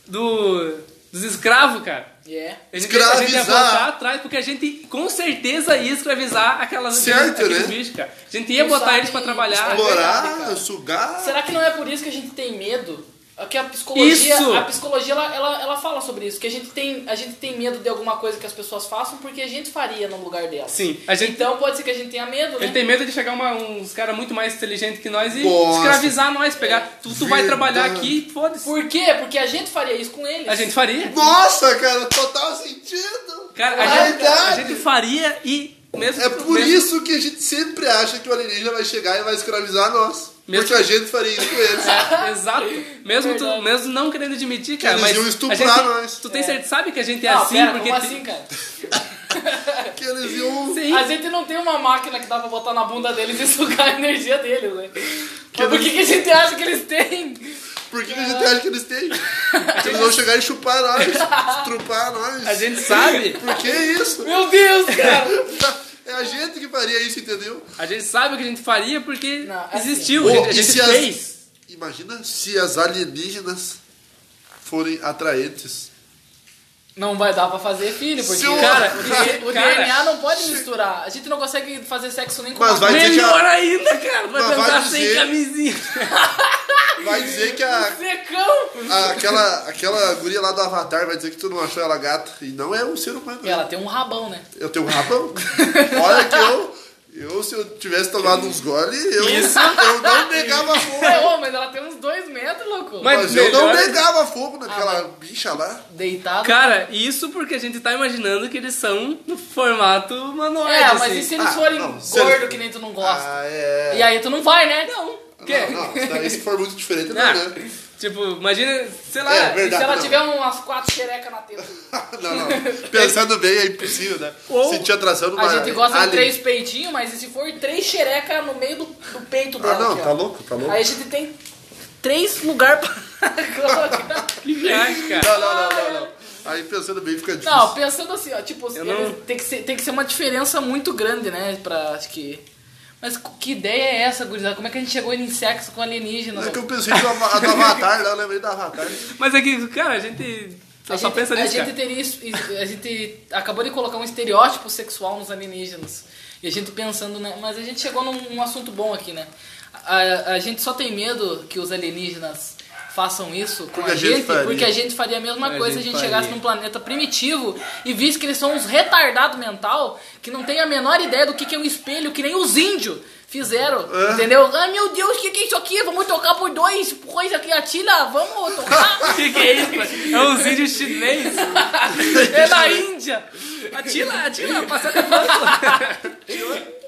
A: do- dos escravos, cara.
B: É.
A: A gente, a gente ia
C: Escravizar.
A: voltar atrás porque a gente com certeza ia escravizar aquelas
C: Certo,
A: aqueles
C: né?
A: bichos, cara. A gente ia
B: Não
A: botar
B: sabe
A: eles pra trabalhar.
B: explorar.
C: Explorar,
B: verdade, cara.
C: sugar.
B: Será que não é por isso que a gente tem medo? É Que a psicologia,
A: Isso!
B: a psicologia ela, ela, ela fala sobre isso, que a gente, tem, a gente tem medo de alguma coisa que as pessoas façam porque a gente faria no lugar delas.
A: Sim, a gente
B: Então pode ser que a gente tenha medo, né?
A: Ele tem medo de chegar uma- uns caras muito mais inteligentes que nós e
C: Nossa.
A: escravizar nós, pegar. Tu, tu vai
C: Verdade.
A: trabalhar aqui, foda-se.
B: Por quê? Porque a gente faria isso com eles.
A: A gente faria.
C: Nossa, cara, total sentido.
A: Cara, a gente, a
C: Verdade.
A: gente faria e mesmo
C: É por
A: mesmo-
C: isso que a gente sempre acha que o alienígena vai chegar e vai escravizar nós.
A: Mesmo
C: Porque a gente faria isso com eles.
A: Exato. Mesmo tu,
B: Verdade.
A: mesmo não querendo admitir, cara,
C: eles
A: mas
C: iam
A: a
C: estuprar
A: gente-
C: nós.
A: Tu tem certeza, sabe que a gente é
B: não,
A: assim
B: pera,
A: porque
B: como
A: tem-
B: assim, cara?
C: que eles iam.
A: Sim.
B: A gente não tem uma máquina que dá pra botar na bunda deles e sugar a energia deles, né? Mas por
C: eles-
B: que, que a gente acha que eles têm?
C: Por que, que a gente acha que eles têm? Eles vão chegar e chupar nós, estrupar nós.
A: A gente sabe,
C: Por que isso?
B: Meu Deus, cara!
C: É a gente que faria isso, entendeu?
A: a gente sabe o que a gente faria porque
B: Não, assim-
A: existiu, a
C: Pô,
A: gente, a
C: e
A: gente
C: se as-
A: fez.
C: Imagina se as alienígenas forem atraentes.
B: Não vai dar pra fazer filho, porque
C: Seu-
B: cara, o,
C: Cara,
B: D- o
A: cara.
B: DNA não pode misturar. A gente não consegue fazer sexo nem com
C: Mas
B: uma-
C: vai dizer que
A: Melhor
C: a-
A: ainda, cara, vai
C: Mas vai
A: dançar sem
C: dizer-
A: camisinha.
C: Vai dizer que a,
B: secão.
C: a- aquela, aquela guria lá do Avatar vai dizer que tu não achou ela gata. E não é um ser humano.
B: Ela tem um rabão, né?
C: Eu tenho um rabão. Olha que eu. Eu, se eu tivesse tomado uns gole, eu, eu não negava fogo.
B: Ué, É, ô, mas ela tem uns dois metros, louco.
A: Mas-
C: Mas eu não
A: Melhor-
C: negava fogo
B: Ah,
C: naquela bicha lá.
B: Deitado.
A: Cara, isso porque a gente tá imaginando que eles são no formato manual.
B: é, mas
A: assim.
B: e se eles
C: Ah,
B: forem
C: não,
B: gordo
C: sério.
B: que nem tu não gosta?
C: Ah, é.
B: E aí tu não vai, né? Não.
A: Que?
C: Não, não, daí se for muito diferente, não,
B: é
A: Ah,
C: né?
A: tipo, imagina, sei lá,
C: É,
B: E se
C: verdade.
B: ela
C: não.
B: tiver umas quatro xerecas na teta?
C: Não, não. Pensando bem, é impossível, né?
A: Ou
C: Sentir atração numa
B: A gente gosta de
C: alien.
B: três peitinhos, mas e se for três xerecas no meio do, do peito
C: Ah,
B: dela?
C: não,
B: aqui, ó?
C: tá louco, tá louco.
B: Aí a gente tem três lugares pra colocar.
A: que viagem, cara.
C: Não, não, não, não, não. Aí pensando bem fica difícil.
B: Não, pensando assim, ó, tipo,
A: Eu
B: eles-
A: não-
B: tem, que ser, tem que ser uma diferença muito grande, né? Pra acho que. Mas co- que ideia é essa, gurizada? Como é que a gente chegou em sexo com alienígena?
C: É que
B: velho?
C: eu pensei do, Ava- do Avatar, né? Eu lembrei do Avatar.
A: Mas é que, cara, a gente só,
B: A
A: só
B: gente,
A: pensa nisso,
B: a gente
A: cara.
B: teria isso- isso- a gente acabou de colocar um estereótipo sexual nos alienígenas. E a gente pensando, né? Mas a gente chegou num, num assunto bom aqui, né? A, a gente só tem medo que os alienígenas façam isso com
C: Porque
B: a
C: a gente
B: gente,
C: faria.
B: porque a gente faria a mesma
A: A
B: coisa se a
A: gente
B: gente
A: faria.
B: chegasse num planeta primitivo e visse que eles são uns retardados mental que não tem a menor ideia do que, que é um espelho, que nem os índios fizeram, entendeu? Ai meu Deus, o que, que é isso aqui? Vamos tocar por dois, coisa que atira, vamos tocar.
A: Que que é isso? cara? É uns índios chinês.
B: é da Índia.
A: Atila, atila, passa de volta.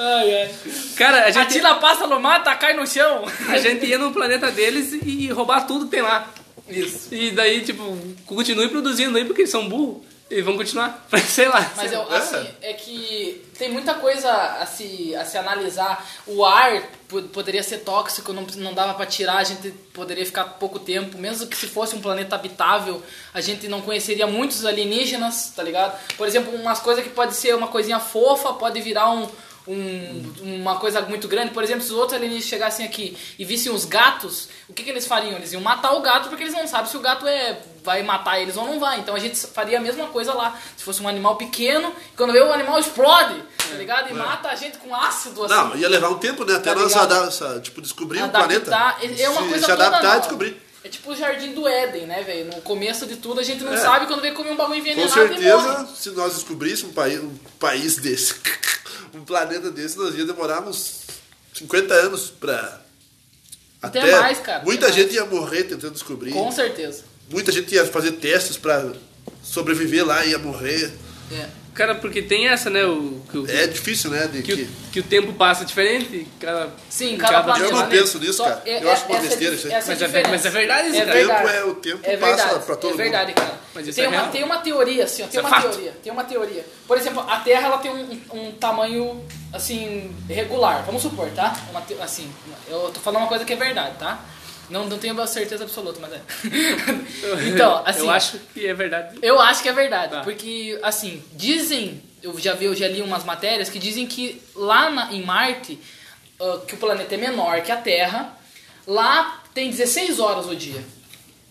A: Ai, ai. Cara, a gente,
B: Atira a pasta no mata, cai no chão.
A: a gente ia no planeta deles e, e roubar tudo que tem lá.
B: Isso.
A: E daí, tipo, continue produzindo aí porque eles são burros. E vão continuar. Sei lá.
B: Mas
A: sei
B: eu,
A: lá.
B: assim, é que tem muita coisa a se, a se analisar. O ar po- poderia ser tóxico, não, não dava pra tirar, a gente poderia ficar pouco tempo. Mesmo que se fosse um planeta habitável, a gente não conheceria muitos alienígenas, tá ligado? Por exemplo, umas coisas que pode ser uma coisinha fofa, pode virar um, um- uma coisa muito grande. Por exemplo, se os outros alienígenas chegassem aqui e vissem os gatos, o que, que eles fariam? Eles iam matar o gato porque eles não sabem se o gato é vai matar eles ou não vai. Então a gente faria a mesma coisa lá. Se fosse um animal pequeno, quando vê o animal explode, tá ligado? E mata a gente com ácido assim.
C: É, Não, ia levar um tempo, né? Até
B: Tá
C: nós
B: ligado?
C: adap- essa- tipo, descobrir o planeta.
B: adaptar, é- é uma
C: se,
B: coisa
C: se
B: toda
C: adaptar
B: nova.
C: e descobrir.
B: É tipo o jardim do Éden, né, velho? No começo de tudo a gente não
C: É.
B: sabe quando vem comer um bagulho
C: Com
B: envenenado e morre.
C: certeza, se nós descobríssemos um país, um país desse, um planeta desse, nós ia demorar uns 50 anos pra.
B: Até mais, cara,
C: Muita
B: até
C: gente ia morrer tentando descobrir.
B: Com certeza.
C: Muita gente ia fazer testes pra sobreviver lá, ia morrer.
B: É.
A: Cara, porque tem essa, né? O, que, o-
C: É difícil, né? De
A: que,
C: que...
A: o- que o tempo passa diferente. Cada,
B: Sim, cada planeta.
C: Eu não
B: né?
C: penso nisso, cara.
B: é-
C: Eu acho uma
B: essa é
C: besteira
B: dif-
C: isso aí.
B: essa
A: Mas é ver-
B: diferença.
A: mas é verdade isso,
B: é
A: cara.
B: verdade.
C: Tempo é- o tempo
B: é
C: passa
B: verdade,
C: pra todo
B: É verdade, cara.
A: Mas isso
B: tem,
A: é
B: uma,
A: real?
B: tem uma teoria, assim, ó, tem
A: Isso é
B: uma
A: fato.
B: teoria. Tem uma teoria. Por exemplo, a Terra ela tem um, um- um tamanho, assim, regular. Vamos supor, tá? Uma te- assim, eu tô falando uma coisa que é verdade, tá? Não, não tenho certeza absoluta, mas é. então, assim.
A: eu acho que é verdade.
B: Eu acho que é verdade,
A: Tá.
B: porque assim, dizem, eu já vi, eu já li umas matérias que dizem que lá na- em Marte, ah, que o planeta é menor que a Terra, lá tem 16 horas o dia.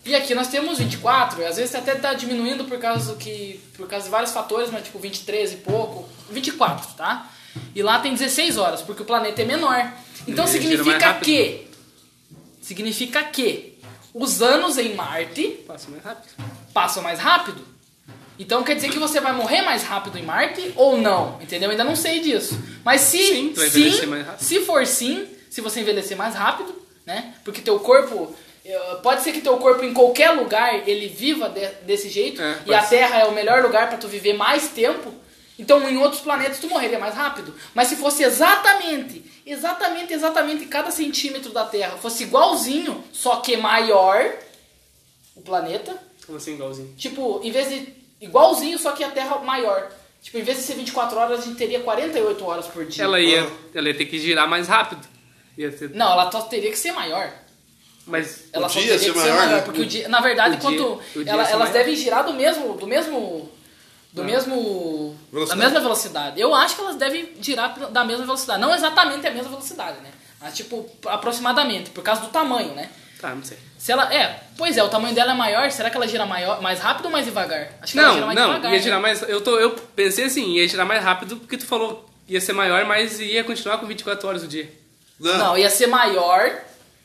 B: E aqui nós temos 24, às vezes até tá diminuindo por causa que por causa de vários fatores, mas tipo 23 e pouco, 24, tá? E lá tem 16 horas, porque o planeta é menor. Então
A: Ele gira mais
B: significa
A: rápido.
B: que significa que os anos em Marte
A: Passa mais rápido.
B: passam mais rápido. Então quer dizer que você vai morrer mais rápido em Marte ou não? Entendeu? Ainda não sei disso. Mas se
A: Sim, tu vai
B: sim,
A: envelhecer mais rápido.
B: se for sim, se você envelhecer mais rápido, né? Porque teu corpo eh, pode ser que teu corpo em qualquer lugar ele viva de- desse jeito
A: É,
B: e a
A: pode ser.
B: Terra é o melhor lugar pra tu viver mais tempo. Então em outros planetas tu morreria mais rápido. Mas se fosse exatamente, exatamente, exatamente cada centímetro da Terra fosse igualzinho, só que maior o planeta,
A: Como assim, igualzinho?
B: Tipo, em vez de. Igualzinho, só que a Terra maior. Tipo, em vez de ser 24 horas, a gente teria 48 horas por dia.
A: Ela ia, ela ia ter que girar mais rápido. Ia ser-
B: Não, ela só teria que ser maior.
A: mas
B: Ela
C: O
B: só
C: dia
B: teria
C: ser
B: que
C: maior,
B: ser maior.
C: né?
B: Porque o dia. Na verdade,
A: O
B: quanto.
A: dia- o dia
B: ela-
A: ser maior.
B: elas
A: Ah.
B: devem girar do mesmo. Do mesmo. Do mesmo.
C: Velocidade.
B: Da mesma velocidade. Eu acho que elas devem girar pela- da mesma velocidade. Não exatamente a mesma velocidade, né? Mas, tipo, aproximadamente, por causa do tamanho, né?
A: tá, não sei.
B: Se ela. É, pois é, o tamanho dela é maior, será que ela gira maior, mais rápido ou mais devagar? Acho que ela gira
A: Não,
B: mais
A: não,
B: devagar.
A: ia
B: né?
A: girar mais. Eu, tô, eu pensei assim, ia girar mais rápido porque tu falou ia ser maior, mas ia continuar com 24 horas o dia.
C: Não,
B: Não, ia ser maior.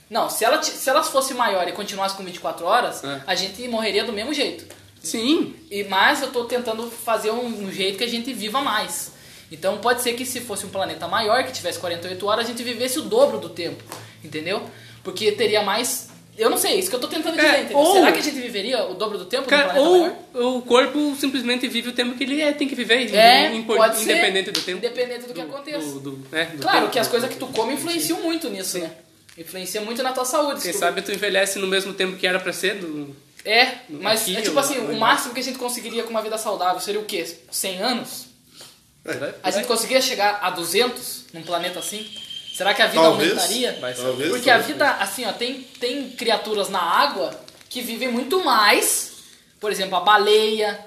B: Não, se ela, ti- se ela fosse maior e continuasse com 24 horas,
A: É.
B: a gente morreria do mesmo jeito.
A: Sim.
B: E, mas eu tô tentando fazer um, um jeito que a gente viva mais. Então pode ser que se fosse um planeta maior, que tivesse 48 horas, a gente vivesse o dobro do tempo. Entendeu? Porque teria mais. Eu não sei, isso que eu tô tentando dizer,
A: É,
B: entendeu?
A: ou-
B: Será que a gente viveria o dobro do tempo num
A: Cara,
B: planeta maior?
A: ou o corpo simplesmente vive o tempo que ele é, tem que viver,
B: É,
A: impo-
B: pode ser,
A: independente do tempo.
B: independente do que aconteça.
A: do- do- né, do
B: Claro
A: tempo,
B: que as
A: do-
B: coisas que tu come influenciam muito nisso, né? Influencia muito na tua saúde. se
A: Quem
B: tu
A: sabe tu envelhece no mesmo tempo que era pra ser? do-
B: É, mas
A: Aqui,
B: é tipo
A: eu-
B: assim, o máximo que a gente conseguiria com uma vida saudável seria o quê? 100 anos?
A: É.
B: A gente conseguiria chegar a 200 num planeta assim? Será que a vida
C: Talvez.
B: aumentaria?
A: Vai ser.
C: Talvez,
B: Porque a
C: talvez.
B: vida, assim, ó, tem, tem criaturas na água que vivem muito mais. Por exemplo, a baleia,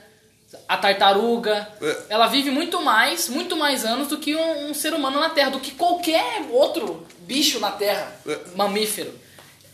B: a tartaruga.
C: É.
B: Ela vive muito mais, muito mais anos do que um, um ser humano na Terra, do que qualquer outro bicho na Terra,
C: É.
B: mamífero.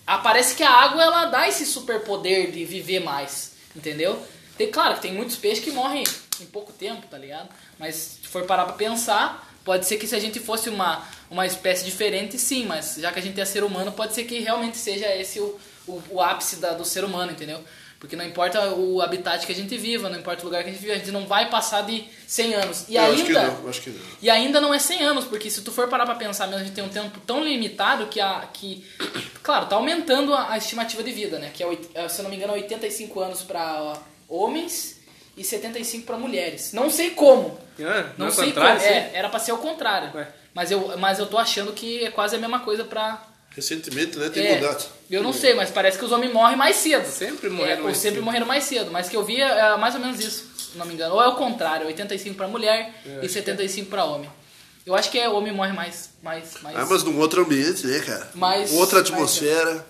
B: Ah, Parece que a água ela dá esse superpoder de viver mais, entendeu? Tem, claro que tem muitos peixes que morrem em pouco tempo, tá ligado? Mas se for parar pra pensar, pode ser que se a gente fosse uma, uma espécie diferente, sim, mas já que a gente é ser humano, pode ser que realmente seja esse o, o, o ápice da- do ser humano, entendeu? Porque não importa o habitat que a gente viva, não importa o lugar que a gente vive, a gente não vai passar de 100 anos. E
C: eu
B: ainda.
C: acho que não, eu acho que não.
B: E ainda não é 100 anos, porque se tu for parar pra pensar mesmo, a gente tem um tempo tão limitado que, a, que claro, tá aumentando a, a estimativa de vida, né? Que, é, oit- é, se eu não me engano, é 85 anos pra ó, homens e 75 pra mulheres. Não sei como.
A: Ah,
B: Não,
A: é
B: sei como.
A: contrário, sim?
B: É, era pra ser o contrário.
A: Ué.
B: Mas eu, mas eu tô achando que é quase a mesma coisa pra.
C: Recentemente, né? Tem
B: É,
C: mudado.
B: eu não sei, mas parece que os homens morrem mais cedo.
A: Sempre morreram
B: é,
A: mais
B: ou sempre
A: cedo.
B: morreram mais cedo. Mas que eu vi é, é mais ou menos isso, se não me engano. Ou é o contrário, 85 pra mulher
A: É,
B: e 75 pra homem. Eu acho que é homem morre mais. mais, mais
C: Ah, mas num outro ambiente, né, cara?
B: Mas-
C: Outra
B: mas-
C: atmosfera,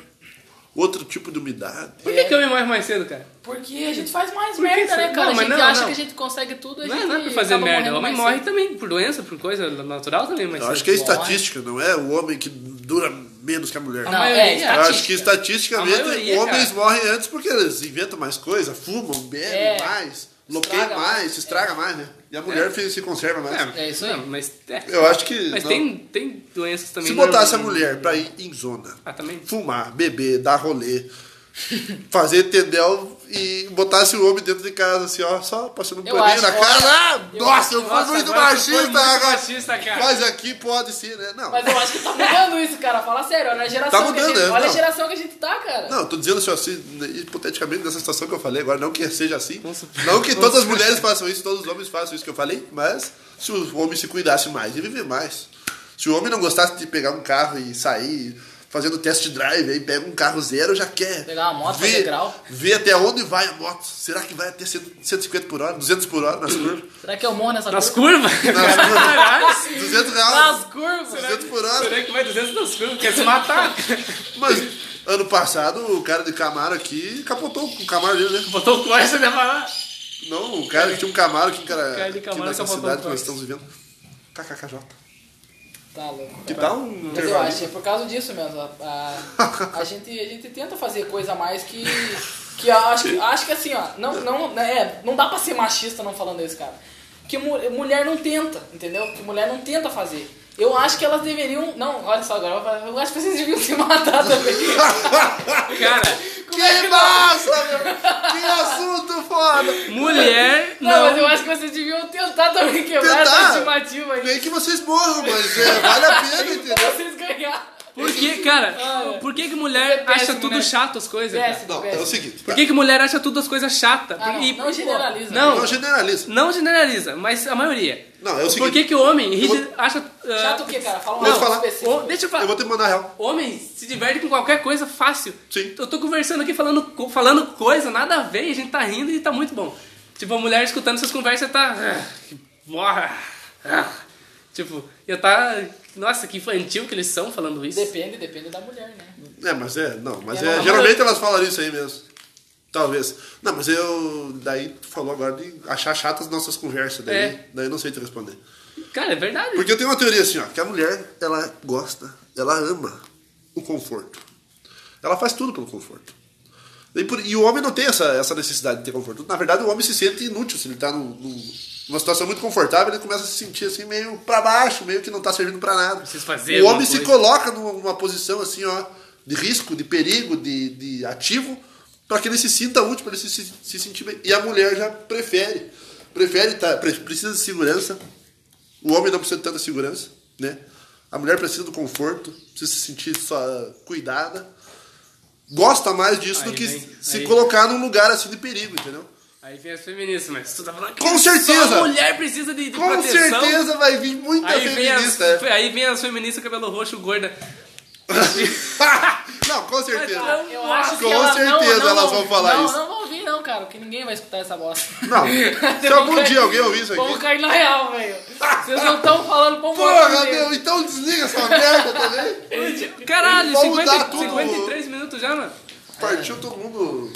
C: outro tipo de umidade.
A: Por que, que eu me morro mais cedo, cara?
B: Porque a gente faz mais
A: Por que
B: merda,
A: isso?
B: né, cara?
A: Não,
B: a
A: mas
B: gente
A: não,
B: acha
A: não.
B: que a gente consegue tudo, a
A: Não
B: gente
A: é, não é por fazer
B: acaba
A: merda.
B: morrendo
A: O homem
B: mais
A: morre
B: cedo.
A: também por doença, por coisa natural também, mas
C: Eu acho que é estatística, não é o homem que dura menos que a mulher.
B: Não,
A: maioria.
B: é,
C: Eu acho que
B: estatística.
C: estatisticamente
A: A maioria,
C: homens
A: cara.
C: morrem antes porque eles inventam mais coisa, fumam, bebem
B: É.
C: mais, bloqueiam
B: Estraga
C: mais,
B: mais,
C: se estraga mais, né? E a mulher se- se conserva mais.
B: É isso aí.
A: tá- Não, mas é.
C: Eu acho que.
A: Mas
C: não.
A: tem, tem doenças também.
B: é
C: Se botasse a
A: normais.
C: mulher pra ir em zona,
A: Ah, também?
C: fumar, beber, dar rolê, fazer tendel e botasse o homem dentro de casa, assim, ó, só passando um
B: Eu
C: paninho na
B: acho-
C: cara. Ah,
B: eu-
C: nossa, eu fui
A: Nossa,
C: muito
A: agora tu
C: machista,
A: foi muito
C: cara.
A: machista, cara.
C: Mas aqui pode ser, né? Não.
B: Mas eu acho que tá mudando isso, cara. Fala sério, olha a geração
C: Tá
B: que
C: mudando,
B: a gente,
C: é,
B: Olha a
C: não.
B: geração que a gente tá, cara.
C: Não, eu tô dizendo assim, assim, hipoteticamente, nessa situação que eu falei agora, não que seja assim.
A: Vamos supor.
C: Não que
A: Vamos
C: todas as
A: supor.
C: mulheres façam isso, todos os homens façam isso que eu falei, mas se o homem se cuidasse mais e viver mais. Se o homem não gostasse de pegar um carro e sair fazendo test drive, aí pega um carro zero, já quer.
B: Pegar uma moto, fazer
C: ver,
B: grau.
C: ver até onde vai a moto. Será que vai até 100 150 por hora, 200 por hora nas curvas?
B: Será que eu morro nessa
A: Nas
B: curva?
A: curvas? Caralho!
C: 200 reais,
B: Nas curvas!
C: 200 por hora.
A: Será que vai 200 nas curvas? Quer se matar?
C: Mas ano passado o cara de Camaro aqui capotou com o Camaro dele, né?
A: Botou o corte e ia falar.
C: Não, o cara que tinha um Camaro aqui, cara,
A: Cara de
C: aqui
A: Camaro
C: nessa
A: acabou
C: cidade
A: com
C: que nós
A: isso.
C: estamos vivendo. KKKJ.
B: Tá louco.
C: Que
B: cara.
C: tal um
B: Mas eu
C: intervalo?
B: acho, é por causa disso mesmo. A, a, a gente, a gente tenta fazer coisa a mais que. Que eu acho, que- acho que assim, ó. Não, não, é, não dá pra ser machista não falando isso, cara. Que mu- mulher não tenta, entendeu? Que mulher não tenta fazer. Eu acho que elas deveriam. Não, olha só agora. eu vou- Eu acho que vocês deviam se matar também.
A: Cara,
C: Que massa, meu! Que assunto foda!
A: mulher
B: Não,
A: não.
B: mas eu acho que vocês deviam tentar também quebrar
C: Tentar?
B: essa estimativa aí.
C: Bem que vocês morram, mas é, vale a pena,
B: Pra
C: entendeu?
B: vocês ganharem.
A: Por que, cara?
B: é.
A: Por que, que
B: Você é
A: mulher
B: péssimo,
A: acha tudo
B: né?
A: chato as coisas? cara?
B: Péssimo,
C: Não, é
B: péssimo.
C: o seguinte.
A: Por
C: tá?
A: que, que mulher acha tudo as coisas chatas?
B: Ah, não, não generaliza.
A: Não,
C: Não generaliza.
A: não generaliza, mas a maioria.
C: Não, é o
A: Por que,
C: seguinte.
A: que o homem ri-
C: vou-
A: acha. ah,
B: Chato o que, cara? Fala um
C: Vou te
B: negócio
C: falar.
B: específico.
A: o- deixa eu falar.
C: Eu vou te mandar real.
A: Homem se diverte com qualquer coisa fácil.
C: Sim.
A: Eu tô conversando aqui falando, co- falando coisa, nada a ver, e a gente tá rindo e tá muito bom. Tipo, a mulher escutando essas conversas tá. "Ah, que Porra! ah." Tipo, ia tá. Nossa, que infantil que eles são falando isso.
B: Depende, depende da mulher, né?
C: É, mas é, não, mas
B: É, não,
C: é,
B: não,
C: geralmente elas falam isso aí mesmo. Talvez. Não, mas eu. Daí tu falou agora de achar chatas nossas conversas. Daí,
A: É.
C: daí eu não sei te responder.
A: Cara, é verdade.
C: Porque eu tenho uma teoria assim, ó, que a mulher, ela gosta, ela ama o conforto. Ela faz tudo pelo conforto. E, por- e o homem não tem essa, essa necessidade de ter conforto. Na verdade, o homem se sente inútil se ele tá num- num- numa situação muito confortável, ele começa a se sentir assim meio pra baixo, meio que não tá servindo pra nada.
A: Preciso fazer
C: o
A: alguma
C: homem se
A: coisa.
C: coloca numa, numa posição assim, ó, de risco, de perigo, de, de ativo, pra que ele se sinta útil, pra ele se, se, se sentir bem. E a mulher já prefere. Prefere, tá, pre- precisa de segurança, o homem não precisa de tanta segurança, né? A mulher precisa do conforto, precisa se sentir só cuidada. Gosta mais disso
A: Aí
C: do que
A: vem,
C: se
A: aí.
C: colocar num lugar assim de perigo, entendeu?
A: Aí vem as feministas, mas tu tá falando que
C: Com
A: só
C: certeza.
A: a mulher precisa de, de
C: Com
A: proteção.
C: certeza vai vir muita
A: Aí vem, as,
C: feminista. é.
A: aí vem as feministas cabelo roxo, gorda.
C: não, com certeza.
A: assim. Mas, tá.
B: Eu
A: Nossa,
B: acho que
C: com
B: elas não-
C: certeza
B: não
C: elas vão falar
B: não,
C: isso.
B: Não, vão ouvir não, cara, porque ninguém vai escutar essa bosta.
C: Não. Se
A: um
C: algum dia alguém ouvir isso
B: Vamos
C: aqui.
B: cair na real, velho. Vocês não estão falando pra um
C: Porra,
B: monte de-
C: meu, então desliga essa merda também.
A: Caralho,
C: Vamos
A: 50,
C: mudar tudo.
A: 53 minutos já, mano.
C: Partiu todo mundo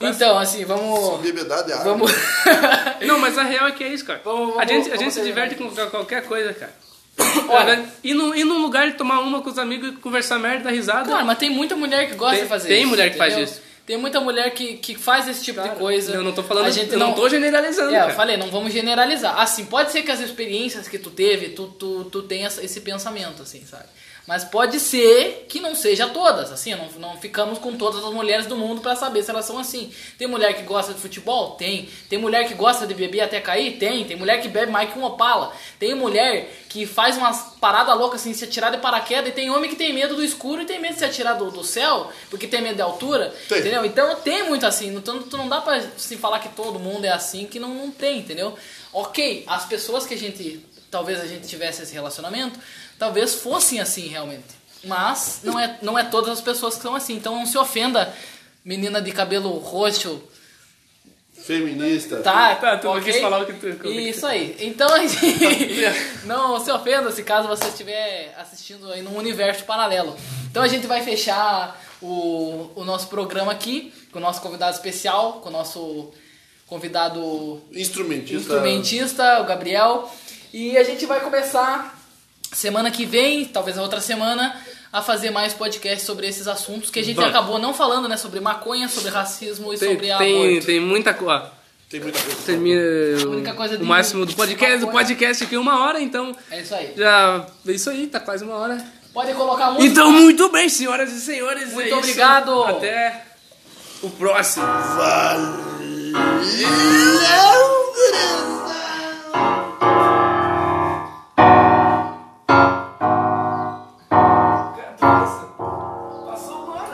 B: Então, assim, vamos...
C: bebedade água.
B: Vamos...
A: Não, mas a real é que é isso, cara.
B: Vamos-
A: a
B: vamos-
A: gente, a
B: vamos
A: gente se
B: terminar
A: diverte com qual- qualquer coisa, cara.
B: Olha,
A: ir, num, ir num lugar e tomar uma com os amigos e conversar merda, dar risada.
B: cara, mas tem muita mulher que gosta
A: Tem-
B: de fazer
A: tem
B: isso.
A: mulher que faz
B: entendeu?
A: isso.
B: Tem muita mulher que, que faz esse tipo de coisa.
A: eu não tô falando,
B: A gente
A: eu não, tô generalizando,
B: É,
A: cara.
B: eu falei, não vamos generalizar. Assim, pode ser que as experiências que tu teve, tu, tu, tu tenha essa- esse pensamento, assim, sabe? Mas pode ser que não seja todas, assim, não, não ficamos com todas as mulheres do mundo pra saber se elas são assim. Tem mulher que gosta de futebol? Tem. Tem mulher que gosta de beber até cair? Tem. Tem mulher que bebe mais que um opala. Tem mulher que faz umas paradas loucas assim, se atirar de paraquedas. E tem homem que tem medo do escuro e tem medo de se atirar do, do céu, porque tem medo de altura.
C: Tem.
B: Entendeu? Então tem muito assim. Então tu não dá pra assim, falar que todo mundo é assim, que não, não tem, entendeu? Ok, as pessoas que a gente. Talvez a gente tivesse esse relacionamento, talvez fossem assim realmente. Mas não é, não é todas as pessoas que são assim. Então não se ofenda, menina de cabelo roxo.
C: Feminista.
B: Tá,
A: Tá, tu não
B: ok?
A: quis falar o que tu- o que tu-
B: Isso aí. Então, assim, não se ofenda se caso você estiver assistindo aí num universo paralelo. Então a gente vai fechar o, o nosso programa aqui com o nosso convidado especial, com o nosso convidado
C: Instrumentista.
B: instrumentista, o Gabriel. E a gente vai começar semana que vem, talvez na outra semana, a fazer mais podcasts sobre esses assuntos que a gente
A: Vai.
B: acabou não falando, né? Sobre maconha, sobre racismo e
A: Tem,
B: sobre
A: tem,
B: aborto.
A: tem muita coisa.
C: Tem muita coisa.
A: Termina
B: única coisa
A: o
B: de-
A: máximo do podcast. O
B: maconha.
A: podcast aqui é uma hora, então
B: É isso aí.
A: já. É isso aí, tá quase uma hora.
B: Pode colocar a música.
A: Então, muito bem, senhoras e senhores.
B: tá. Muito
A: é isso.
B: obrigado.
A: Até o próximo.
C: Valeu!